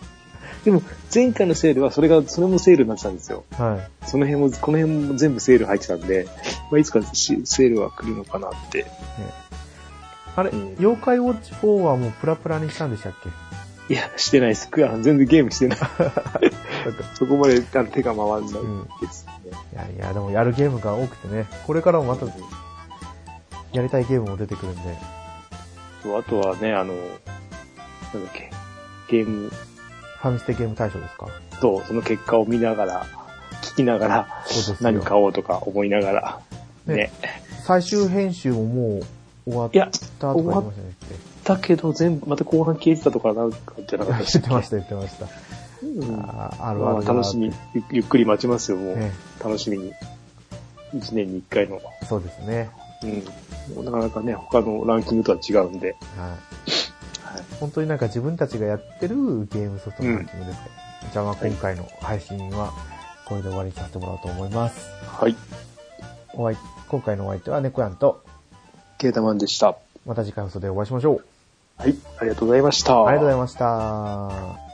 S2: でも、前回のセールは、それが、それもセールになってたんですよ。
S1: はい。
S2: その辺も、この辺も全部セール入ってたんで、まあ、いつかしセールは来るのかなって。
S1: あれ、
S2: うん
S1: 妖怪ウォッチ4はもうプラプラにしたんでしたっけ
S2: いや、してないです。くあ全然ゲームしてない。
S1: なんか
S2: そこまであの手が回らない
S1: うん
S2: ですね。
S1: いやいや、でもやるゲームが多くてね、これからもまたやりたいゲームも出てくるんで、
S2: とあとはね、あの、なんだっけ、ゲーム
S1: ファミステゲーム大賞ですか
S2: とその結果を見ながら、聞きながら、
S1: そうですよ
S2: 何買おうとか思いながら、ね。
S1: ね最終編集ももう終わっ
S2: いや、
S1: たとか言いましたねって。
S2: だけど全部、また後半消えてたとかなんかじゃなかった でし
S1: 言
S2: た
S1: ってま
S2: っけ
S1: した言ってました。
S2: うん
S1: あーあるあ
S2: まあ
S1: るだな
S2: 楽
S1: っ
S2: してみゆ、ゆっくり待ちますよ、もう。
S1: ね、
S2: 楽しみに。一年に一回の。
S1: そうですね。
S2: うん。なかなかね、他のランキングとは違うんで。
S1: はい。
S2: はい。
S1: 本当になんか自分たちがやってるゲームソフトのランキングですね。じゃあまあ今回の配信はこれで終わりにさせてもらおうと思います。
S2: はい。
S1: お相今回のお相手は猫やんと、
S2: ケータマンでした。
S1: また次回放送でお会いしましょう。
S2: はい。ありがとうございました。
S1: ありがとうございました。